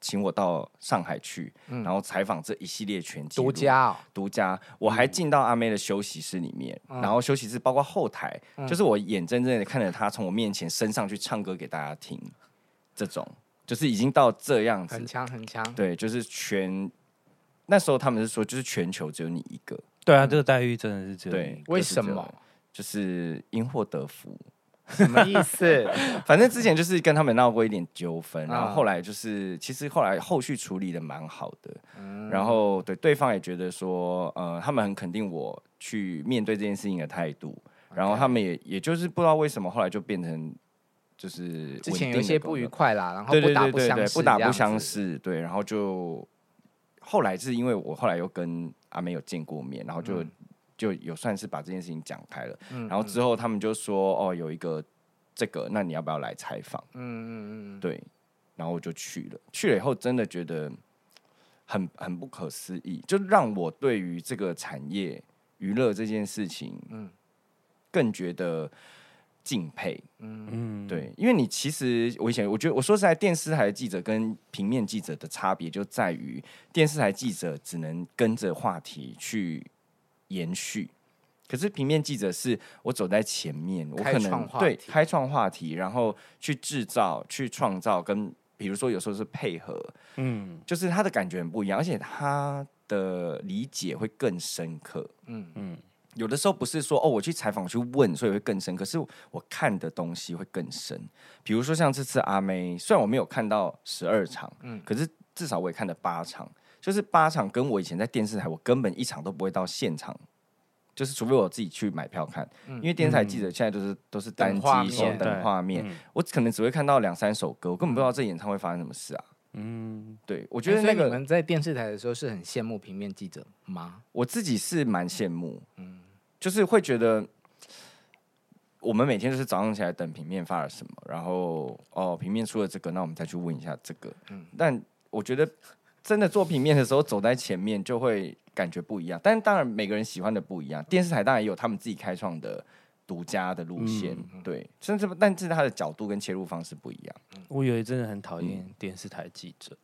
[SPEAKER 2] 请我到上海去，然后采访这一系列全
[SPEAKER 3] 独家、哦，
[SPEAKER 2] 独家，我
[SPEAKER 3] 嗯
[SPEAKER 2] 还进到阿妹的休息室里面，然后休息室包括后台，
[SPEAKER 3] 嗯
[SPEAKER 2] 就是我眼睁睁的看着她从我面前升上去唱歌给大家听，这种就是已经到这样子
[SPEAKER 3] 很，强很强。
[SPEAKER 2] 对，就是全那时候他们是说，就是全球只有你一个，
[SPEAKER 4] 对啊，这个待遇真的是只有
[SPEAKER 2] 嗯对
[SPEAKER 4] 你
[SPEAKER 3] 为
[SPEAKER 2] 就是
[SPEAKER 3] 什
[SPEAKER 2] 这
[SPEAKER 3] 么
[SPEAKER 2] 样？就是因祸得福。
[SPEAKER 3] 什么意 思？
[SPEAKER 2] 反正之前就是跟他们闹过一点纠纷，然后
[SPEAKER 3] 啊
[SPEAKER 2] 后来就是其实后来后续处理的蛮好的，
[SPEAKER 3] 嗯
[SPEAKER 2] 然后对对方也觉得说，呃，他们很肯定我去面对这件事情的态度，然后他们也也就是不知道为什么后来就变成就是
[SPEAKER 3] 之
[SPEAKER 2] 稳定
[SPEAKER 3] 前有一
[SPEAKER 2] 的
[SPEAKER 3] 些
[SPEAKER 2] 沟
[SPEAKER 3] 不愉
[SPEAKER 2] 通
[SPEAKER 3] 快啦，然后
[SPEAKER 2] 对
[SPEAKER 3] 不
[SPEAKER 2] 对
[SPEAKER 3] 打
[SPEAKER 2] 对
[SPEAKER 3] 不
[SPEAKER 2] 对
[SPEAKER 3] 相
[SPEAKER 2] 对，
[SPEAKER 3] 识，
[SPEAKER 2] 不打不相。识，对，然后就后来是因为我后来又跟阿妹有见过面，然后就、
[SPEAKER 3] 嗯
[SPEAKER 2] 就有算是把这件事情讲开了，然后之后他们就说哦有一个这个，那你要不要来采访？
[SPEAKER 3] 嗯嗯嗯，
[SPEAKER 2] 对，然后我就去了，去了以后真的觉得很很不可思议，就让我对于这个产业娱乐这件事情，嗯，更觉得敬佩。
[SPEAKER 4] 嗯，
[SPEAKER 2] 对，因为你其实我以前我觉得我说实在，电视台的记者跟平面记者的差别就在于，电视台记者只能跟着话题去延续，可是平面记者是我走在前面，我
[SPEAKER 3] 开
[SPEAKER 2] 可
[SPEAKER 3] 创
[SPEAKER 2] 能
[SPEAKER 3] 话
[SPEAKER 2] 对
[SPEAKER 3] 题
[SPEAKER 2] 开创话题，然后去制造、去创造，跟比如说有时候是配合，
[SPEAKER 4] 嗯
[SPEAKER 2] 就是他的感觉很不一样，而且他的理解会更深刻。
[SPEAKER 3] 嗯
[SPEAKER 2] 嗯
[SPEAKER 4] 嗯，
[SPEAKER 2] 有的时候不是说哦，我去采访我去问，所以会更深，可是我看的东西会更深。比如说像这次阿妹，虽然我没有看到十二场，嗯，可是至少我也看了八场，就是八场跟我以前在电视台，我根本一场都不会到现场。就是除非我自己去买票看，因为电视台记者现在都是、都是单
[SPEAKER 3] 嗯等画
[SPEAKER 2] 机手
[SPEAKER 3] 面
[SPEAKER 2] 等
[SPEAKER 4] 对
[SPEAKER 2] 画面，
[SPEAKER 4] 嗯
[SPEAKER 2] 我可能只会看到两三首歌，我根本不知
[SPEAKER 3] 嗯
[SPEAKER 2] 道这演唱会发生什么事啊。
[SPEAKER 4] 嗯，
[SPEAKER 2] 对，我
[SPEAKER 3] 我
[SPEAKER 2] 觉得那个、
[SPEAKER 3] 哎你们在电视台的时候是很羡慕平面记者吗？
[SPEAKER 2] 我自己是蛮羡慕，嗯，就是会觉得我们每天就是早上起来等平面发了什么，然后哦平面出了这个，那我们再去问一下这个，嗯，但我觉得真的做平面的时候走在前面就会感觉不一样，但是当然每个人喜欢的不一样，电视台当然也有他们自己开创的。独家的路线，
[SPEAKER 4] 嗯
[SPEAKER 2] 对，甚至但是它的角度跟切入方式不一样。
[SPEAKER 4] 我有一阵子很讨
[SPEAKER 2] 嗯
[SPEAKER 4] 厌电视台记者，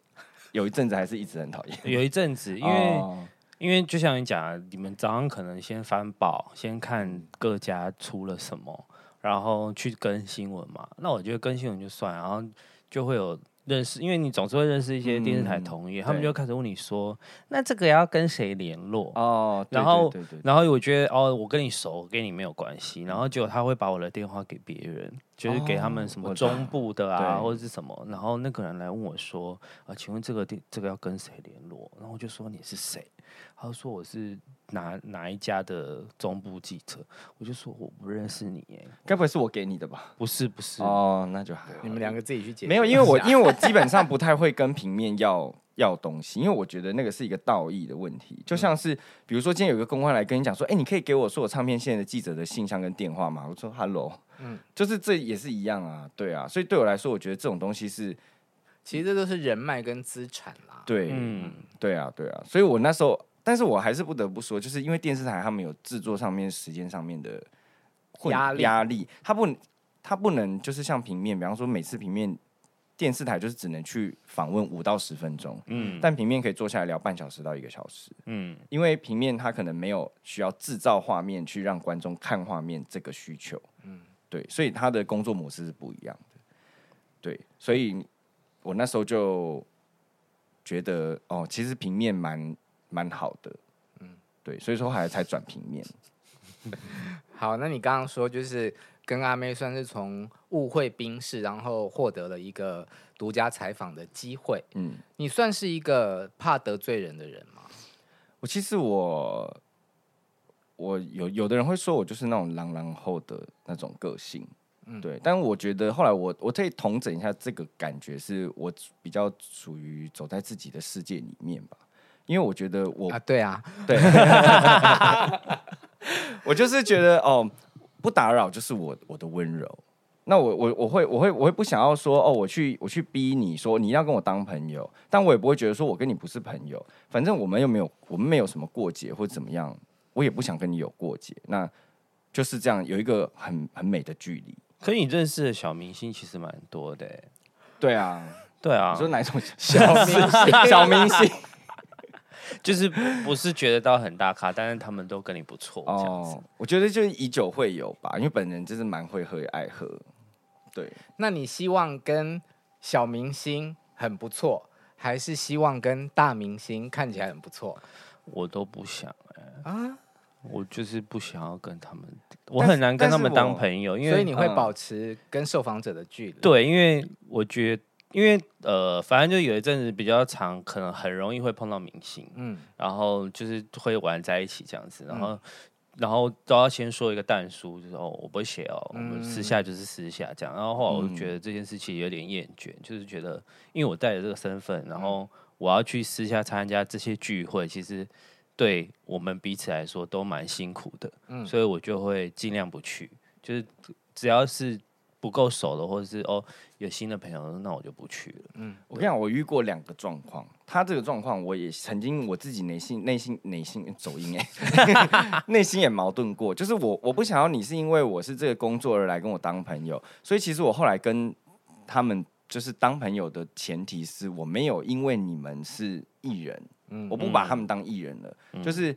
[SPEAKER 2] 有一阵子还是一直很讨厌，
[SPEAKER 4] 有一阵子因为、
[SPEAKER 2] 嗯哦
[SPEAKER 4] 因为就像你讲啊，你们早上可能先翻报，先看
[SPEAKER 2] 嗯
[SPEAKER 4] 各家出了什么，然后去跟新闻嘛。那我觉得跟新闻就算，然后就会有认识，因为你总是会认识一些电视台
[SPEAKER 2] 嗯
[SPEAKER 4] 同业，他们
[SPEAKER 2] 对
[SPEAKER 4] 就会开始问你说，那这个要跟谁联络？
[SPEAKER 2] 哦，对
[SPEAKER 4] 然后
[SPEAKER 2] 对对对
[SPEAKER 4] 然后我觉得哦，我跟你熟，我跟你没有关系。然后结果他会把我的电话给别人，就是给他们什
[SPEAKER 2] 嗯我
[SPEAKER 4] 么
[SPEAKER 2] 懂
[SPEAKER 4] 中部的啊，
[SPEAKER 2] 对
[SPEAKER 4] 或者是什么，然后那个人来问我说，啊、请问这个地这个要跟谁联络？然后我就说你是谁？他就说我是哪哪一家的中部记者，我就说我不认识你耶，
[SPEAKER 2] 该不会是我给你的吧？
[SPEAKER 4] 不是不是，啊
[SPEAKER 2] 哦，那就还好
[SPEAKER 3] 你们两个自己去解决一下。
[SPEAKER 2] 没有，因为我因为我基本上不太会跟平面要要东西，因为我觉得那个是一个道义的问题。
[SPEAKER 3] 嗯
[SPEAKER 2] 就像是比如说今天有一个公关来跟你讲说，哎、你可以给我说我唱片线的记者的信箱跟电话吗？我说 Hello，嗯
[SPEAKER 3] 嗯，
[SPEAKER 2] 就是这也是一样啊，对啊。所以对我来说，我觉得这种东西是
[SPEAKER 3] 其实这都是人脉跟资产啦。
[SPEAKER 2] 对，
[SPEAKER 4] 嗯，
[SPEAKER 2] 对啊，对啊，所以我那时候，但是我还是不得不说，就是因为电视台他们有制作上面、时间上面的混
[SPEAKER 3] 压力
[SPEAKER 2] 压力，他不能，他不能就是像平面，比方说每次平面电视台就是只能去访问五到十分钟，
[SPEAKER 4] 嗯
[SPEAKER 2] 但平面可以坐下来聊半小时到一个小时，
[SPEAKER 4] 嗯
[SPEAKER 2] 因为平面它可能没有需要制造画面去让观众看画面这个需求，嗯，对，所以他的工作模式是不一样的，对，所以我那时候就觉得哦，其实平面蛮蛮好的，嗯，对，所以说后来才转平面，
[SPEAKER 3] 好，那你刚刚说就是跟阿妹算是从误会冰室，然后获得了一个独家采访的机会。
[SPEAKER 2] 嗯，
[SPEAKER 3] 你算是一个怕得罪人的人吗？
[SPEAKER 2] 我其实我我有有的人会说我就是那种狼狼后的那种个性，对，但我觉得后来我我可以统整一下这个感觉，是我比较属于走在自己的世界里面吧，因为我觉得我、
[SPEAKER 3] 啊，对啊，
[SPEAKER 2] 对，我就是觉得哦，不打扰就是我我的温柔。那我我我会我会我会不想要说哦，我去我去逼你说哦你要跟我当朋友，但我也不会觉得说我跟你不是朋友，反正我们又没有我们没有什么过节或怎么样，我也不想跟你有过节，那就是这样有一个很很美的距离。
[SPEAKER 4] 可你认识的小明星其实蛮多的耶，
[SPEAKER 2] 对啊，
[SPEAKER 4] 对啊
[SPEAKER 2] 你，说哪一种小明 星？小明星
[SPEAKER 4] 就是不是觉得到很大咖，但是他们都跟你不错这样子
[SPEAKER 2] 哦，，我觉得就是以酒会友吧，因为本人就是蛮会喝也爱喝。对，
[SPEAKER 3] 那你希望跟小明星很不错，还是希望跟大明星看起来很不错？
[SPEAKER 4] 我都不想哎、
[SPEAKER 3] 啊，
[SPEAKER 4] 我就是不想要跟他们，我
[SPEAKER 2] 但是
[SPEAKER 4] 很难跟他们
[SPEAKER 2] 但是
[SPEAKER 4] 当
[SPEAKER 2] 我
[SPEAKER 4] 朋友，因为
[SPEAKER 3] 所以你会
[SPEAKER 2] 嗯
[SPEAKER 3] 保持跟受访者的距离。
[SPEAKER 4] 对，因为我觉得，因为呃，反正就有一阵子比较长，可能很容易会碰到明星，
[SPEAKER 3] 嗯，
[SPEAKER 4] 然后就是会玩在一起这样子，然
[SPEAKER 2] 嗯
[SPEAKER 4] 后、然后都要先说一个淡书，就是哦，我不会写哦，我们私下
[SPEAKER 2] 嗯
[SPEAKER 4] 就是私下这样。然后后来我就觉得这件事情有点厌倦，就是觉得因为我带着这个身份，
[SPEAKER 2] 嗯
[SPEAKER 4] 然后我要去私下参加这些聚会，其实对我们彼此来说都蛮辛苦的，
[SPEAKER 2] 嗯
[SPEAKER 4] 所以我就会尽量不去，就是只要是。不够熟的，或者是哦有新的朋友，那我就不去了。
[SPEAKER 2] 我跟你讲，我遇过两个状况，他这个状况我也曾经我自己内心内心内心走音哎、 内心也矛盾过，就是我我不想要你是因为我是这个工作而来跟我当朋友，所以其实我后来跟他们就是当朋友的前提是我没有因为你们是艺人，我不把他们当艺人了，就是。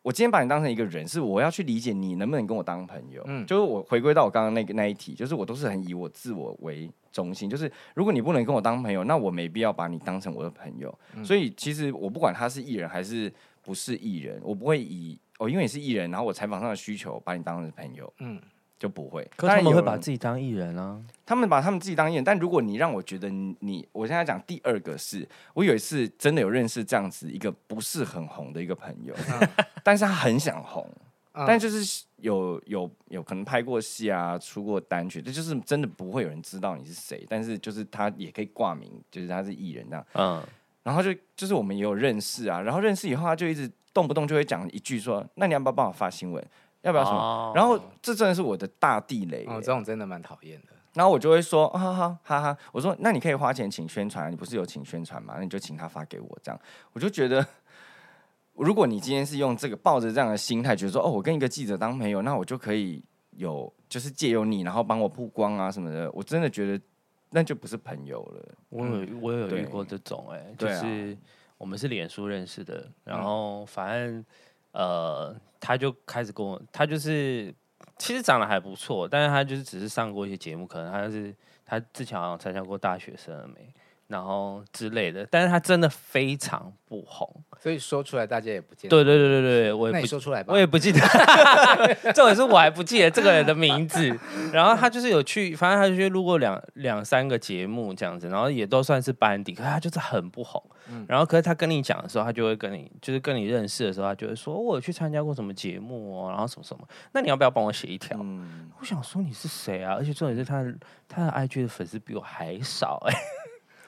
[SPEAKER 2] 我今天把你当成一个人，是我要去理解你能不能跟我当朋友。嗯，就是我回归到我刚刚那个那一题，就是我都是很以我自我为中心，就是如果你不能跟我当朋友，那我没必要把你当成我的朋友。
[SPEAKER 4] 嗯
[SPEAKER 2] 所以其实我不管他是艺人还是不是艺人，我不会以哦，因为你是艺人，然后我采访上的需求把你当成朋友，嗯
[SPEAKER 3] 嗯，
[SPEAKER 2] 就不会。
[SPEAKER 4] 可
[SPEAKER 2] 当
[SPEAKER 4] 他
[SPEAKER 2] 然
[SPEAKER 4] 们会
[SPEAKER 2] 有
[SPEAKER 4] 把
[SPEAKER 2] 人
[SPEAKER 4] 自己当艺人啊，
[SPEAKER 2] 他们把他们自己当艺人，但如果你让我觉得你，我现在讲第二个是，我有一次真的有认识这样子一个不是很红的一个朋友， 但是他很想红，
[SPEAKER 3] 嗯
[SPEAKER 2] 但就是有有有可能拍过戏啊，出过单曲，这就是真的不会有人知道你是谁，但是就是他也可以挂名，就是他是艺人这样，
[SPEAKER 4] 嗯，
[SPEAKER 2] 然后就就是我们也有认识啊，然后认识以后他就一直动不动就会讲一句说，那你要不要帮我发新闻？要不要什么？
[SPEAKER 4] 哦
[SPEAKER 2] 然后这真的是我的大地雷、
[SPEAKER 3] 哦，
[SPEAKER 2] 欸
[SPEAKER 3] 这种真的蛮讨厌的。
[SPEAKER 2] 然后我就会说，啊哈哈哈哈，我说那你可以花钱请宣传啊，你不是有请宣传吗？那你就请他发给我这样，我就觉得， 如果你今天是用这个抱着这样的心态，觉得说哦，我跟一个记者当朋友，那我就可以有就是借由你，然后帮我曝光啊什么的，我真的觉得那就不是朋友了。
[SPEAKER 4] 我
[SPEAKER 3] 嗯
[SPEAKER 4] 有我有
[SPEAKER 2] 对
[SPEAKER 4] 遇过这种哎、就
[SPEAKER 2] 对啊
[SPEAKER 4] 是我们是脸书认识的，
[SPEAKER 3] 嗯
[SPEAKER 4] 然后反正呃，他就开始跟我，他就是其实长得还不错，但是他就是只是上过一些节目，可能他是他之前好像参加过大学生了没，然后之类的，但是他真的非常不红。
[SPEAKER 3] 所以说出来大家也不见得。
[SPEAKER 4] 对对对对对，我
[SPEAKER 3] 那
[SPEAKER 4] 也
[SPEAKER 3] 你
[SPEAKER 4] 不
[SPEAKER 3] 说出来吧。
[SPEAKER 4] 我也不记 得，重点是我还不记得这个人的名 字。然后他就是有去，反正他就去录过两两三个节目这样子，然后也都算是班底，可是他就是很不红。然后可是他跟你讲的时候，他就会跟你，就是跟你认识的时候，他就会说，哦我有去参加过什么节目哦，然后什么什么，那你要不要帮我写一条？
[SPEAKER 2] 嗯，
[SPEAKER 4] 我想说你是谁啊？而且重点是他的他的 IG 的粉丝比我还少哎、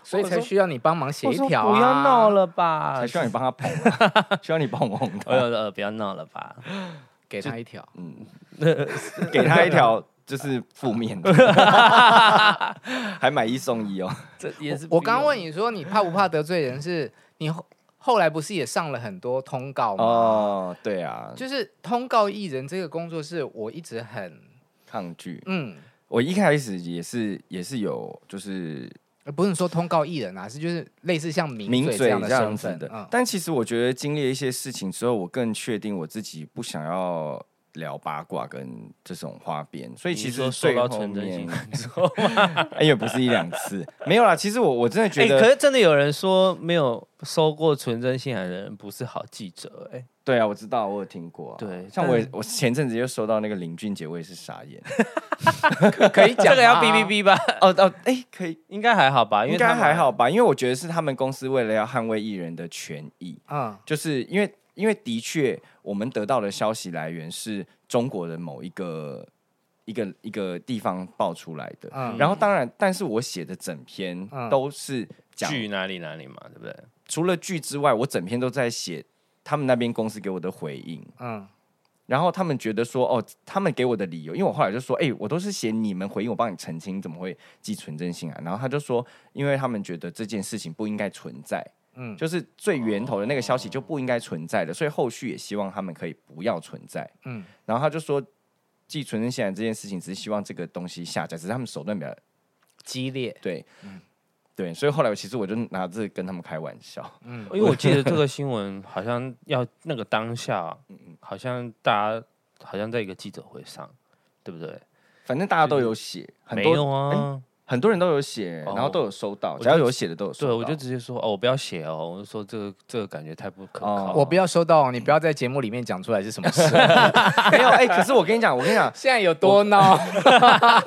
[SPEAKER 3] 所以才需要你帮忙写
[SPEAKER 4] 我
[SPEAKER 3] 一
[SPEAKER 4] 说
[SPEAKER 3] 条、啊、
[SPEAKER 4] 不要闹。了吧
[SPEAKER 2] 才！需要你帮他捧啊， 需要你帮我哄
[SPEAKER 4] 呃
[SPEAKER 2] 他，
[SPEAKER 4] 呃，不要闹了吧！
[SPEAKER 3] 给他一条，
[SPEAKER 2] 给他一 条就是负面 的，还买一送一哦。
[SPEAKER 4] 这也是
[SPEAKER 3] 我
[SPEAKER 4] 不
[SPEAKER 3] 刚刚
[SPEAKER 4] 用
[SPEAKER 3] 问你说你怕不怕得罪人是，你后后来不是也上了很多通告吗？
[SPEAKER 2] 哦，对啊，
[SPEAKER 3] 就是通告艺人这个工作是我一直很
[SPEAKER 2] 抗拒。
[SPEAKER 3] 嗯，
[SPEAKER 2] 我一开始也是也是有就是
[SPEAKER 3] 呃不是说通告艺人啊，是就是类似像名
[SPEAKER 2] 抿
[SPEAKER 3] 嘴
[SPEAKER 2] 嘴
[SPEAKER 3] 样的
[SPEAKER 2] 这
[SPEAKER 3] 身
[SPEAKER 2] 样子
[SPEAKER 3] 份
[SPEAKER 2] 的。
[SPEAKER 3] 嗯，
[SPEAKER 2] 但其实我觉得经历了一些事情之后，我更确定我自己不想要聊八卦跟这种花边，所以其
[SPEAKER 4] 你
[SPEAKER 2] 实
[SPEAKER 4] 说受
[SPEAKER 2] 最
[SPEAKER 4] 到
[SPEAKER 2] 后
[SPEAKER 4] 纯真
[SPEAKER 2] 面
[SPEAKER 4] 性之后，
[SPEAKER 2] 哎也不是一两次，没有啦。其实我我真的觉
[SPEAKER 4] 哎、
[SPEAKER 2] 得
[SPEAKER 4] 可，是真的有人说没有收过纯真信函的人不是好记者、 哎，
[SPEAKER 2] 对啊，我知道，我有听过啊、
[SPEAKER 4] 对
[SPEAKER 2] 像我也
[SPEAKER 4] 但
[SPEAKER 2] 我前阵子又收到那个林俊杰，我也是傻眼。
[SPEAKER 3] 可以讲
[SPEAKER 4] 这个要
[SPEAKER 3] 吗
[SPEAKER 4] B B B 吧？
[SPEAKER 2] 哦哦，哎、可以，
[SPEAKER 4] 应该还好吧？
[SPEAKER 2] 应
[SPEAKER 4] 因为他
[SPEAKER 2] 该
[SPEAKER 4] 们
[SPEAKER 2] 还好。吧？因为我觉得是他们公司为了要捍卫艺人的权益，
[SPEAKER 3] 嗯，
[SPEAKER 2] 就是因为因为的确，我们得到的消息来源是中国的某一个一个一个地方爆出来的。
[SPEAKER 3] 嗯
[SPEAKER 2] 然后当然，但是我写的整篇
[SPEAKER 3] 嗯
[SPEAKER 2] 都是讲、
[SPEAKER 4] 剧哪里哪里嘛，对不对？
[SPEAKER 2] 除了剧之外，我整篇都在写他们那边公司给我的回应。
[SPEAKER 3] 嗯，
[SPEAKER 2] 然后他们觉得说，哦，他们给我的理由，因为我后来就说，哎、我都是写你们回应，我帮你澄清，怎么会寄存真信啊？然后他就说，因为他们觉得这件事情不应该存在，
[SPEAKER 3] 嗯
[SPEAKER 2] 嗯，就是最源头的那个消息
[SPEAKER 4] 哦
[SPEAKER 2] 就不应该存在的，所以后续也希望他们可以不要存在，
[SPEAKER 3] 嗯
[SPEAKER 2] 嗯。然后他就说，寄存真信啊这件事情，只是希望这个东西下架，只是他们手段比较
[SPEAKER 3] 激烈，
[SPEAKER 2] 对，
[SPEAKER 4] 嗯
[SPEAKER 2] 对，所以后来我其实我就拿这跟他们开玩笑，
[SPEAKER 4] 因为我记得这个新闻好像要那个当下，好像大家好像在一个记者会上，对不对？
[SPEAKER 2] 反正大家都有写，很
[SPEAKER 4] 没
[SPEAKER 2] 多哎
[SPEAKER 4] 有啊。
[SPEAKER 2] 很多人都有写，
[SPEAKER 4] 哦
[SPEAKER 2] 然后都有收到，
[SPEAKER 4] 我
[SPEAKER 2] 只要
[SPEAKER 4] 就
[SPEAKER 2] 有写的都有收
[SPEAKER 4] 对，
[SPEAKER 2] 到。
[SPEAKER 4] 我就直接说哦，我不要写哦，我就说这个这个感觉太不可
[SPEAKER 2] 哦
[SPEAKER 4] 靠。
[SPEAKER 3] 我不要收到哦，你不要在节目里面讲出来是 什么事，
[SPEAKER 2] 没有哎、可是我跟你讲，我跟你讲，
[SPEAKER 3] 现在有多闹，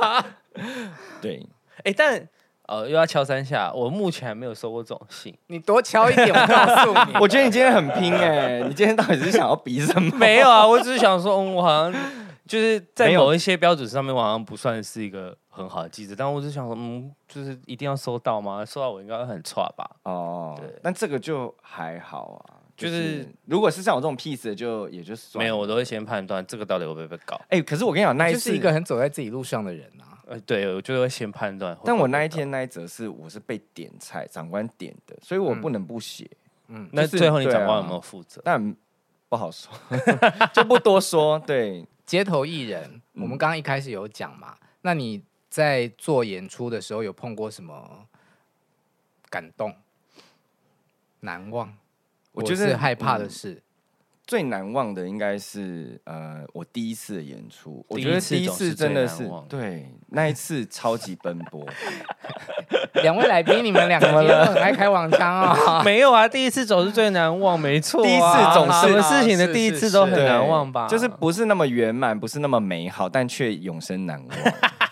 [SPEAKER 2] 对，
[SPEAKER 4] 哎、但呃又要敲三下，我目前还没有收过这种信。
[SPEAKER 3] 你多敲一点，我告诉你，
[SPEAKER 2] 我觉得你今天很拼哎、你今天到底是想要比什 么？
[SPEAKER 4] 没有啊，我只是想说，嗯，我好像就是在
[SPEAKER 2] 没有
[SPEAKER 4] 某一些标准上面，我好像不算是一个很好的记者，但我只是想说，嗯，就是一定要收到吗？收到我应该会很差吧？
[SPEAKER 2] 哦，但这个就还好啊，就
[SPEAKER 4] 就是
[SPEAKER 2] 是如果是像我这种 piece 的，就也就算了
[SPEAKER 4] 没有，。我都会先判断这个到底会不会被告。
[SPEAKER 2] 哎、可是我跟你讲，那一
[SPEAKER 3] 就
[SPEAKER 2] 次
[SPEAKER 3] 是一个，很走在自己路上的人啊。
[SPEAKER 4] 呃，对，我就会先判断。
[SPEAKER 2] 但我那一，天那一则是我是被点菜，长官点的，所以我不能不写，
[SPEAKER 4] 那
[SPEAKER 2] 就是
[SPEAKER 4] 最后你
[SPEAKER 2] 对啊
[SPEAKER 4] 长官有没有负责？
[SPEAKER 2] 但不好说， 就不多说。对，
[SPEAKER 3] 街头艺人，我
[SPEAKER 2] 嗯
[SPEAKER 3] 们刚刚一开始有讲嘛，那你在做演出的时候有碰过什么感动、难忘，
[SPEAKER 2] 我
[SPEAKER 3] 或
[SPEAKER 2] 觉
[SPEAKER 3] 是
[SPEAKER 2] 得
[SPEAKER 3] 害怕
[SPEAKER 2] 嗯
[SPEAKER 3] 的事？
[SPEAKER 2] 最难忘的应该是呃我第一次的演出，我
[SPEAKER 4] 第
[SPEAKER 2] 觉
[SPEAKER 4] 一
[SPEAKER 2] 得
[SPEAKER 4] 次
[SPEAKER 2] 第一
[SPEAKER 4] 总
[SPEAKER 2] 次
[SPEAKER 4] 是
[SPEAKER 2] 真
[SPEAKER 4] 最
[SPEAKER 2] 的
[SPEAKER 4] 难
[SPEAKER 2] 是
[SPEAKER 4] 忘的
[SPEAKER 2] 对那一次超级奔波。嗯
[SPEAKER 3] 两位来宾，你们两个今天都很爱开黄腔啊、
[SPEAKER 4] 没有啊，第一次总是最难忘，没错啊、
[SPEAKER 2] 第一次总是
[SPEAKER 4] 什么事情的
[SPEAKER 3] 是
[SPEAKER 4] 第一
[SPEAKER 3] 是
[SPEAKER 4] 次都很
[SPEAKER 2] 对
[SPEAKER 4] 难忘吧？
[SPEAKER 2] 就是不是那么圆满，不是那么美好，但却永生难忘。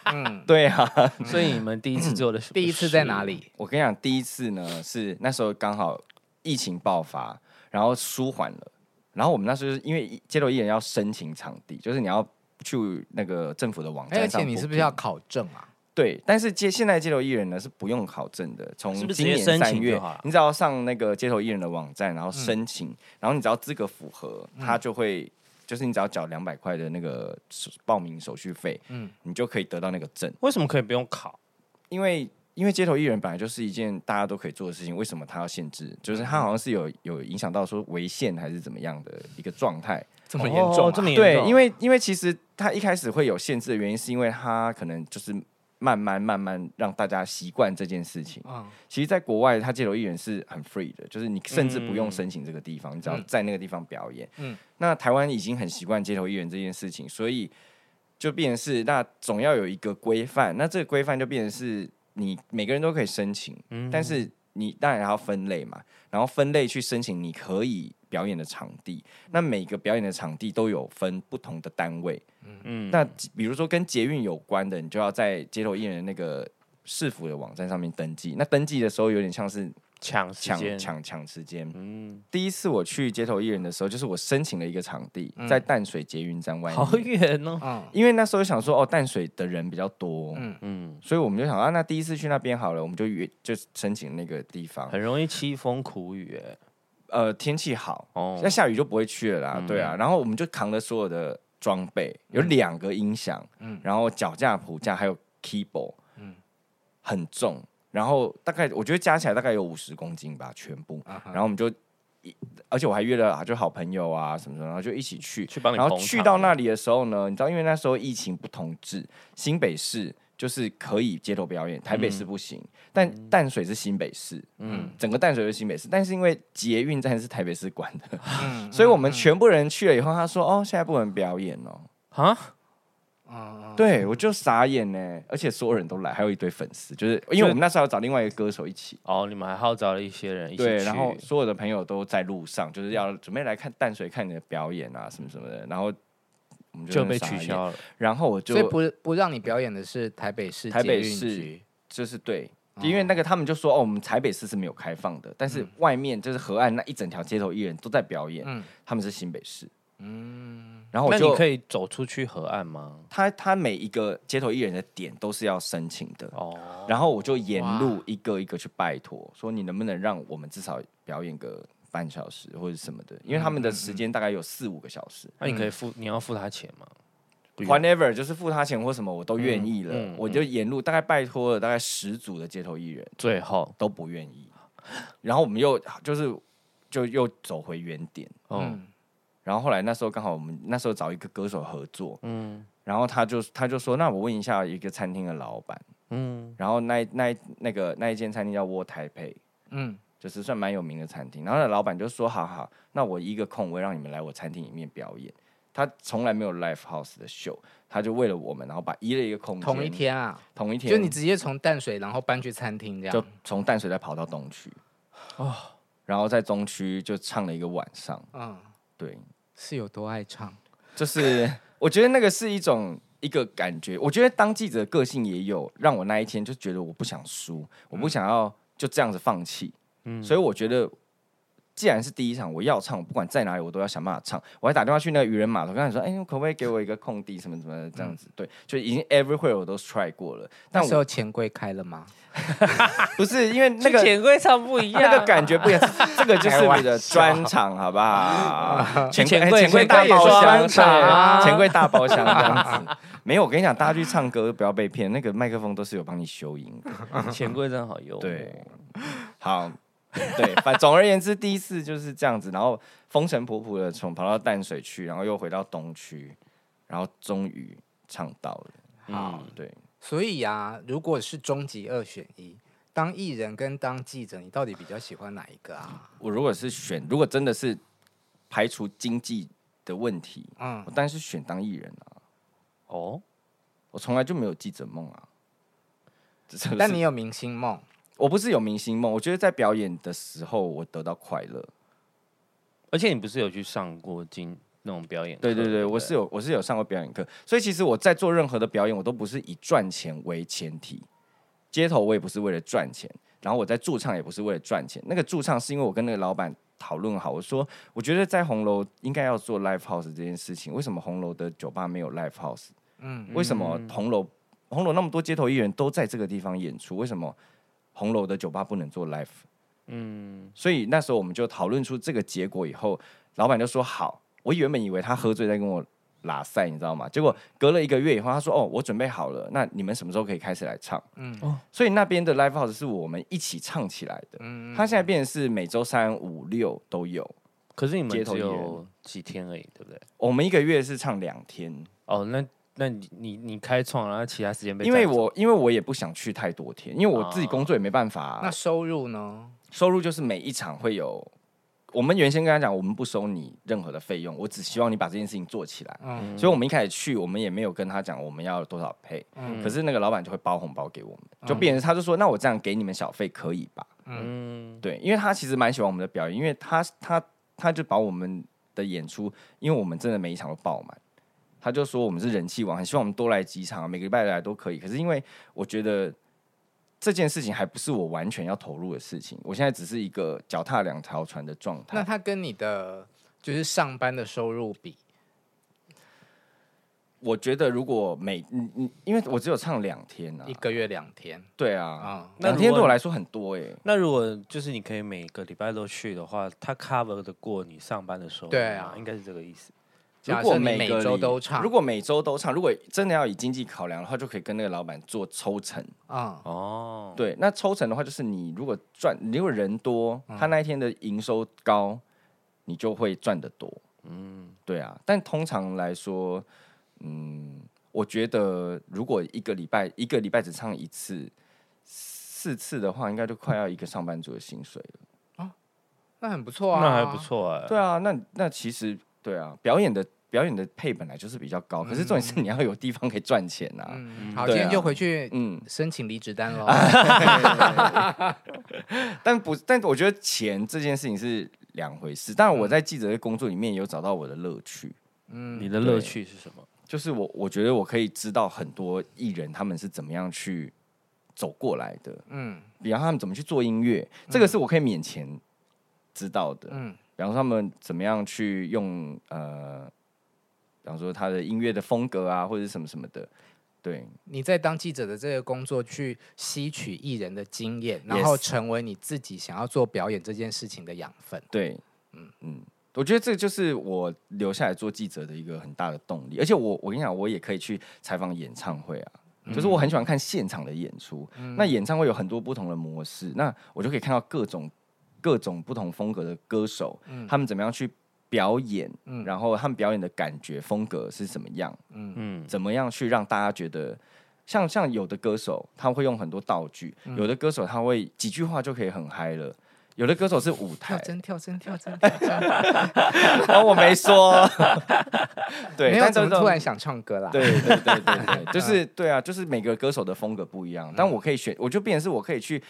[SPEAKER 3] 嗯，
[SPEAKER 2] 对啊，
[SPEAKER 4] 所以你们第一次做的什么
[SPEAKER 3] 第一次在哪
[SPEAKER 4] 事？
[SPEAKER 3] 里？
[SPEAKER 2] 我跟你讲，第一次呢是那时候刚好疫情爆发，然后舒缓了，然后我们那时候就是因为街头艺人要申请场地，就是你要去那个政府的网
[SPEAKER 3] 哎而
[SPEAKER 2] 站上 booking。
[SPEAKER 3] 且你是不是要考证啊？
[SPEAKER 2] 对？但是街现在街头艺人呢是不用考证的，从
[SPEAKER 4] 是不是
[SPEAKER 2] 今
[SPEAKER 4] 直接
[SPEAKER 2] 年
[SPEAKER 4] 申请
[SPEAKER 2] 三
[SPEAKER 4] 就
[SPEAKER 2] 月
[SPEAKER 4] 好了，嗯
[SPEAKER 2] 你只要上那个街头艺人的网站，然后申请，然后你只要资格符合，他就会。就是你只要缴两百块的那个手报名手续费，
[SPEAKER 3] 嗯
[SPEAKER 2] 嗯，你就可以得到那个证。
[SPEAKER 4] 为什么可以不用考？
[SPEAKER 2] 因为因为街头艺人本来就是一件大家都可以做的事情，为什么他要限制？就是他好像是有有影响到说违宪还是怎么样的一个状态。
[SPEAKER 3] 这么严
[SPEAKER 2] 啊
[SPEAKER 3] 重、啊
[SPEAKER 4] 哦这么严重
[SPEAKER 2] 对，因为因为其实他一开始会有限制的原因，是因为他可能就是慢慢慢慢让大家习惯这件事情。
[SPEAKER 3] 啊、
[SPEAKER 2] 其实，在国外，他街头艺人是很 free 的，就是你甚至不用申请这个地方，你只要在那个地方表演。
[SPEAKER 3] 嗯
[SPEAKER 2] 嗯，那台湾已经很习惯街头艺人这件事情，所以就变成是那总要有一个规范，那这个规范就变成是你每个人都可以申请，但是你当然还要分类嘛，然后分类去申请你可以表演的场地。那每个表演的场地都有分不同的单位，
[SPEAKER 4] 嗯，
[SPEAKER 2] 那比如说跟捷运有关的，你就要在街头艺人那个市府的网站上面登记。那登记的时候有点像是
[SPEAKER 4] 抢时
[SPEAKER 2] 抢
[SPEAKER 4] 间，
[SPEAKER 2] 抢抢时间。
[SPEAKER 4] 嗯，
[SPEAKER 2] 第一次我去街头艺人的时候，就是我申请了一个场地，在淡水捷运站外面，
[SPEAKER 4] 嗯好远哦，
[SPEAKER 3] 嗯
[SPEAKER 2] 因为那时候想说哦，淡水的人比较多，
[SPEAKER 3] 嗯
[SPEAKER 4] 嗯，
[SPEAKER 2] 所以我们就想啊，那第一次去那边好了，我们就约就申请那个地方。
[SPEAKER 4] 很容易凄风苦雨哎，
[SPEAKER 2] 呃，天气好，
[SPEAKER 4] 哦
[SPEAKER 2] 那下雨就不会去了啦，
[SPEAKER 4] 嗯
[SPEAKER 2] 对啊。然后我们就扛了所有的装备，有两个音响，
[SPEAKER 3] 嗯
[SPEAKER 2] 然后脚架、谱架还有 keyboard，
[SPEAKER 3] 嗯
[SPEAKER 2] 很重。然后大概我觉得加起来大概有五十公斤吧，全部。
[SPEAKER 3] 啊哈
[SPEAKER 2] 然后我们就一，而且我还约了啊就好朋友啊什么什么，然后就一起去。
[SPEAKER 4] 去帮你
[SPEAKER 2] 然后
[SPEAKER 4] 捧
[SPEAKER 2] 去
[SPEAKER 4] 场
[SPEAKER 2] 到那里的时候呢，你知道，因为那时候疫情不同制，新北市就是可以街头表演，
[SPEAKER 4] 嗯
[SPEAKER 2] 台北市不行，
[SPEAKER 3] 嗯
[SPEAKER 2] 但淡水是新北市，嗯，整个淡水是新北市，但是因为捷运站是台北市管 的，
[SPEAKER 3] 嗯
[SPEAKER 2] 所以我们全部人去了以后，他说：“哦，现在不能表演哦。
[SPEAKER 4] 啊，
[SPEAKER 3] 嗯嗯
[SPEAKER 2] 对我就傻眼呢，而且所有人都来，还有一堆粉丝，就是因为我们那时候要找另外一个歌手一起。
[SPEAKER 4] 哦，你们还号召了一些人一起
[SPEAKER 2] 对，
[SPEAKER 4] 去
[SPEAKER 2] 然后所有的朋友都在路上，就是要准备来看淡水看你的表演啊，什么什么的。然后我们
[SPEAKER 4] 就
[SPEAKER 2] 真的
[SPEAKER 4] 被
[SPEAKER 2] 傻
[SPEAKER 4] 取
[SPEAKER 2] 眼
[SPEAKER 4] 消了，
[SPEAKER 2] 然后我就
[SPEAKER 3] 所以不不让你表演的是台北市
[SPEAKER 2] 台北
[SPEAKER 3] 捷运
[SPEAKER 2] 市
[SPEAKER 3] 局
[SPEAKER 2] 就是对，因为那个他们就说哦，我们台北市是没有开放的，但
[SPEAKER 4] 嗯
[SPEAKER 2] 是外面就是河岸那一整条街头艺人都在表演，
[SPEAKER 3] 嗯
[SPEAKER 2] 他们是新北市，
[SPEAKER 3] 嗯
[SPEAKER 2] 然后我
[SPEAKER 4] 那你
[SPEAKER 2] 哦就
[SPEAKER 4] 可以走出去河岸吗？
[SPEAKER 2] 他他每一个街头艺人的点都是要申请的，
[SPEAKER 4] 哦，
[SPEAKER 2] 然后我就沿路
[SPEAKER 3] 哇
[SPEAKER 2] 一个一个去拜托，说你能不能让我们至少表演个半小时或者什么的，
[SPEAKER 4] 嗯
[SPEAKER 2] 因为他们的时间大概有四五个小时。
[SPEAKER 4] 那你可以
[SPEAKER 2] 嗯
[SPEAKER 4] 付，你要付他钱吗？不用
[SPEAKER 2] Whatever，就是付他钱或什么，我都愿意了。
[SPEAKER 4] 嗯嗯
[SPEAKER 2] 我就沿路大概拜托了大概十组的街头艺人，
[SPEAKER 4] 最后，
[SPEAKER 2] 都不愿意。然后我们又就是就又走回原点。
[SPEAKER 4] 嗯
[SPEAKER 2] 然后后来那时候刚好我们那时候找一个歌手合作，
[SPEAKER 4] 嗯
[SPEAKER 2] 然后他就他就说，那我问一下一个餐厅的老板，
[SPEAKER 4] 嗯，
[SPEAKER 2] 然后那那那个那一间餐厅叫窝台配，
[SPEAKER 3] 嗯
[SPEAKER 2] 就是算蛮有名的餐厅。然后那老板就说，好好，那我一个空位让你们来我餐厅里面表演。他从来没有 live house 的秀，他就为了我们，然后把一了一个空间，
[SPEAKER 3] 同一，天啊，
[SPEAKER 2] 同一天，
[SPEAKER 3] 就你直接从淡水然后搬去餐厅这
[SPEAKER 2] 就
[SPEAKER 3] 样，哦
[SPEAKER 2] 从淡水再跑到东区，然后在中区就唱了一个晚上。
[SPEAKER 3] 嗯，
[SPEAKER 2] 对，
[SPEAKER 3] 是有多爱唱？
[SPEAKER 2] 就是 我觉得那个是一种一个感觉。我觉得当记者的个性也有让我那一天就觉得我不想输，我不想要就这样子放弃。
[SPEAKER 3] 嗯
[SPEAKER 2] 所以我觉得。既然是第一场，我要唱，我不管在哪里，我都要想办法唱。我还打电话去那个渔人码头，跟他说：“哎、可不可以给我一个空地，什么什么的这样子？”对，就已经 everywhere 我都 try 过了，但
[SPEAKER 3] 嗯那时
[SPEAKER 2] 我
[SPEAKER 3] 候钱柜开了吗？
[SPEAKER 2] 不是因为那
[SPEAKER 4] 那个
[SPEAKER 2] 个
[SPEAKER 4] 钱柜上不一 样，
[SPEAKER 2] 那个感觉不一样，这个就是你的专场，好不好？钱
[SPEAKER 4] 钱
[SPEAKER 2] 哎
[SPEAKER 4] 柜
[SPEAKER 2] 钱柜
[SPEAKER 4] 钱
[SPEAKER 2] 大
[SPEAKER 4] 柜也
[SPEAKER 2] 包
[SPEAKER 4] 是
[SPEAKER 2] 厢，
[SPEAKER 4] 专场啊
[SPEAKER 2] 对钱柜大包厢这样子。没有，我跟你讲，大家去唱歌不要被骗，那个麦克风都是有帮你修音的。
[SPEAKER 4] 钱柜真的好幽默，
[SPEAKER 2] 对，好， 对，反总而言之，第一次就是这样子，然后风尘仆仆的从跑到淡水去，然后又回到东区，然后终于唱到了。
[SPEAKER 4] 好，
[SPEAKER 2] 对，
[SPEAKER 3] 所以啊，如果是终极二选一，当艺人跟当记者，你到底比较喜欢哪一个啊？
[SPEAKER 2] 我如果是选，如果真的是排除经济的问题，
[SPEAKER 3] 嗯
[SPEAKER 2] 我当然是选当艺人啊。
[SPEAKER 4] 哦，
[SPEAKER 2] 我从来就没有记者梦啊。这这
[SPEAKER 3] 但
[SPEAKER 2] 是
[SPEAKER 3] 你有明星梦，
[SPEAKER 2] 我不是有明星梦，我觉得在表演的时候我得到快乐。
[SPEAKER 4] 而且你不是有去上过金那种表演课？
[SPEAKER 2] 对对对，
[SPEAKER 4] 不
[SPEAKER 2] 我是有我是有上过表演课，所以其实我在做任何的表演，我都不是以赚钱为前提。街头我也不是为了赚钱，然后我在驻唱也不是为了赚钱。那个驻唱是因为我跟那个老板讨论好，我说我觉得在红楼应该要做 live house 这件事情，为什么红楼的酒吧没有 live house？
[SPEAKER 3] 嗯，
[SPEAKER 2] 为什么红楼红楼那么多街头艺人都在这个地方演出？为什么红楼的酒吧不能做 live？
[SPEAKER 4] 嗯，
[SPEAKER 2] 所以那时候我们就讨论出这个结果以后，老板就说好。我原本以为他喝醉在跟我拉塞，你知道吗？结果隔了一个月以后，他说哦，我准备好了，那你们什么时候可以开始来唱？嗯
[SPEAKER 3] 嗯，
[SPEAKER 2] 所以那边的 live house 是我们一起唱起来的。嗯，他现在变成是每周三、五、六都有。
[SPEAKER 4] 可是你们
[SPEAKER 2] 街头
[SPEAKER 4] 只
[SPEAKER 2] 艺人
[SPEAKER 4] 有几天而已，对不对？
[SPEAKER 2] 我们一个月是唱两天，
[SPEAKER 4] 哦，那那你你你开创，然后其他时间被
[SPEAKER 2] 因为
[SPEAKER 4] 占走
[SPEAKER 2] 我因为我也不想去太啊多天，因为我自己工作也没办法啊、
[SPEAKER 3] 那收入呢？
[SPEAKER 2] 收入就是每一场会有我们原先跟他讲，我们不收你任何的费用，我只希望你把这件事情做起来。
[SPEAKER 3] 嗯
[SPEAKER 2] 所以我们一开始去，我们也没有跟他讲我们要多少配，
[SPEAKER 3] 嗯
[SPEAKER 2] 可是那个老板就会包红包给我们，就变成他就说，那我这样给你们小费可以吧？
[SPEAKER 4] 嗯，
[SPEAKER 2] 对，因为他其实蛮喜欢我们的表演，因为他他他就把我们的演出，因为我们真的每一场都爆满，他就说我们是人气王，很希望我们多来几场，每个礼拜来都可以。可是因为我觉得这件事情还不是我完全要投入的事情，我现在只是一个脚踏两条船的状
[SPEAKER 3] 那
[SPEAKER 2] 态。
[SPEAKER 3] 他跟你的就是上班的收入比，
[SPEAKER 2] 我觉得如果每嗯嗯，因为我只有唱两天 啊
[SPEAKER 3] 一，个月两天
[SPEAKER 2] 对
[SPEAKER 3] 啊
[SPEAKER 2] 啊，、
[SPEAKER 3] 嗯
[SPEAKER 4] 那
[SPEAKER 2] 两天
[SPEAKER 4] 如果
[SPEAKER 2] 对我来说很多哎、
[SPEAKER 4] 那如果就是你可以每个礼拜都去的话，它 cover 得过你上班的收入吗？
[SPEAKER 3] 对啊
[SPEAKER 4] 应该是这个意思。
[SPEAKER 2] 如
[SPEAKER 3] 假
[SPEAKER 2] 果
[SPEAKER 3] 设你每
[SPEAKER 2] 个
[SPEAKER 3] 周
[SPEAKER 2] 礼
[SPEAKER 3] 都唱
[SPEAKER 2] 如果每周都唱，如果真的要以经济考量的话，就可以跟那个老板做抽成。
[SPEAKER 3] 啊、
[SPEAKER 4] 哦，
[SPEAKER 2] 对，那抽成的话，就是你如果赚，你如果人多，
[SPEAKER 3] 嗯
[SPEAKER 2] 他那一天的营收高，你就会赚得多。嗯，对啊。但通常来说，嗯，我觉得如果一个礼拜一个礼拜只唱一次，四次的话，应该就快要一个上班族的薪水了。
[SPEAKER 3] 那很不错啊，
[SPEAKER 4] 那还不。错哎、
[SPEAKER 2] 对啊，那那其实对啊，表演的表演的配本来就是比较高，可是重点是你要有地方可以赚钱啊。
[SPEAKER 3] 嗯，好，
[SPEAKER 2] 对
[SPEAKER 3] 今
[SPEAKER 2] 啊
[SPEAKER 3] 天就回去
[SPEAKER 2] 嗯
[SPEAKER 3] 申请离职单喽。
[SPEAKER 2] 但不，但我觉得钱这件事情是两回事。当然，我在记者的工作里面有找到我的乐趣，
[SPEAKER 4] 你的乐趣是什么？
[SPEAKER 2] 就是我我觉得我可以知道很多艺人他们是怎么样去走过来的，
[SPEAKER 3] 嗯
[SPEAKER 2] 比方他们怎么去做音乐，这个是我可以免钱知道的。
[SPEAKER 3] 嗯
[SPEAKER 2] 比方说他们怎么样去用呃，比方说他的音乐的风格啊，或者是什么什么的，对。
[SPEAKER 3] 你在当记者的这个工作去吸取艺人的经验，然后
[SPEAKER 2] Yes
[SPEAKER 3] 成为你自己想要做表演这件事情的养分。
[SPEAKER 2] 对，嗯嗯，我觉得这就是我留下来做记者的一个很大的动力。而且我我跟你讲，我也可以去采访演唱会啊，就是我很喜欢看现场的演出。那演唱会有很多不同的模式，那我就可以看到各种各种不同风格的歌手，他们怎么样去。表演，然后他们表演的感觉风格是怎么样？
[SPEAKER 4] 嗯，
[SPEAKER 2] 怎么样去让大家觉得，像像有的歌手他会用很多道具，有的歌手他会几句话就可以很嗨了，有的歌手是舞台
[SPEAKER 3] 跳，针跳针 跳针跳针，
[SPEAKER 2] 哦，我没说。对，
[SPEAKER 3] 没有
[SPEAKER 2] 但
[SPEAKER 3] 怎
[SPEAKER 2] 都
[SPEAKER 3] 么突然。嗯想唱歌啦？
[SPEAKER 2] 对对对对 对，就是对啊，就是每个歌手的风格不一样，但
[SPEAKER 3] 嗯
[SPEAKER 2] 我可以选，我就变成是我可以去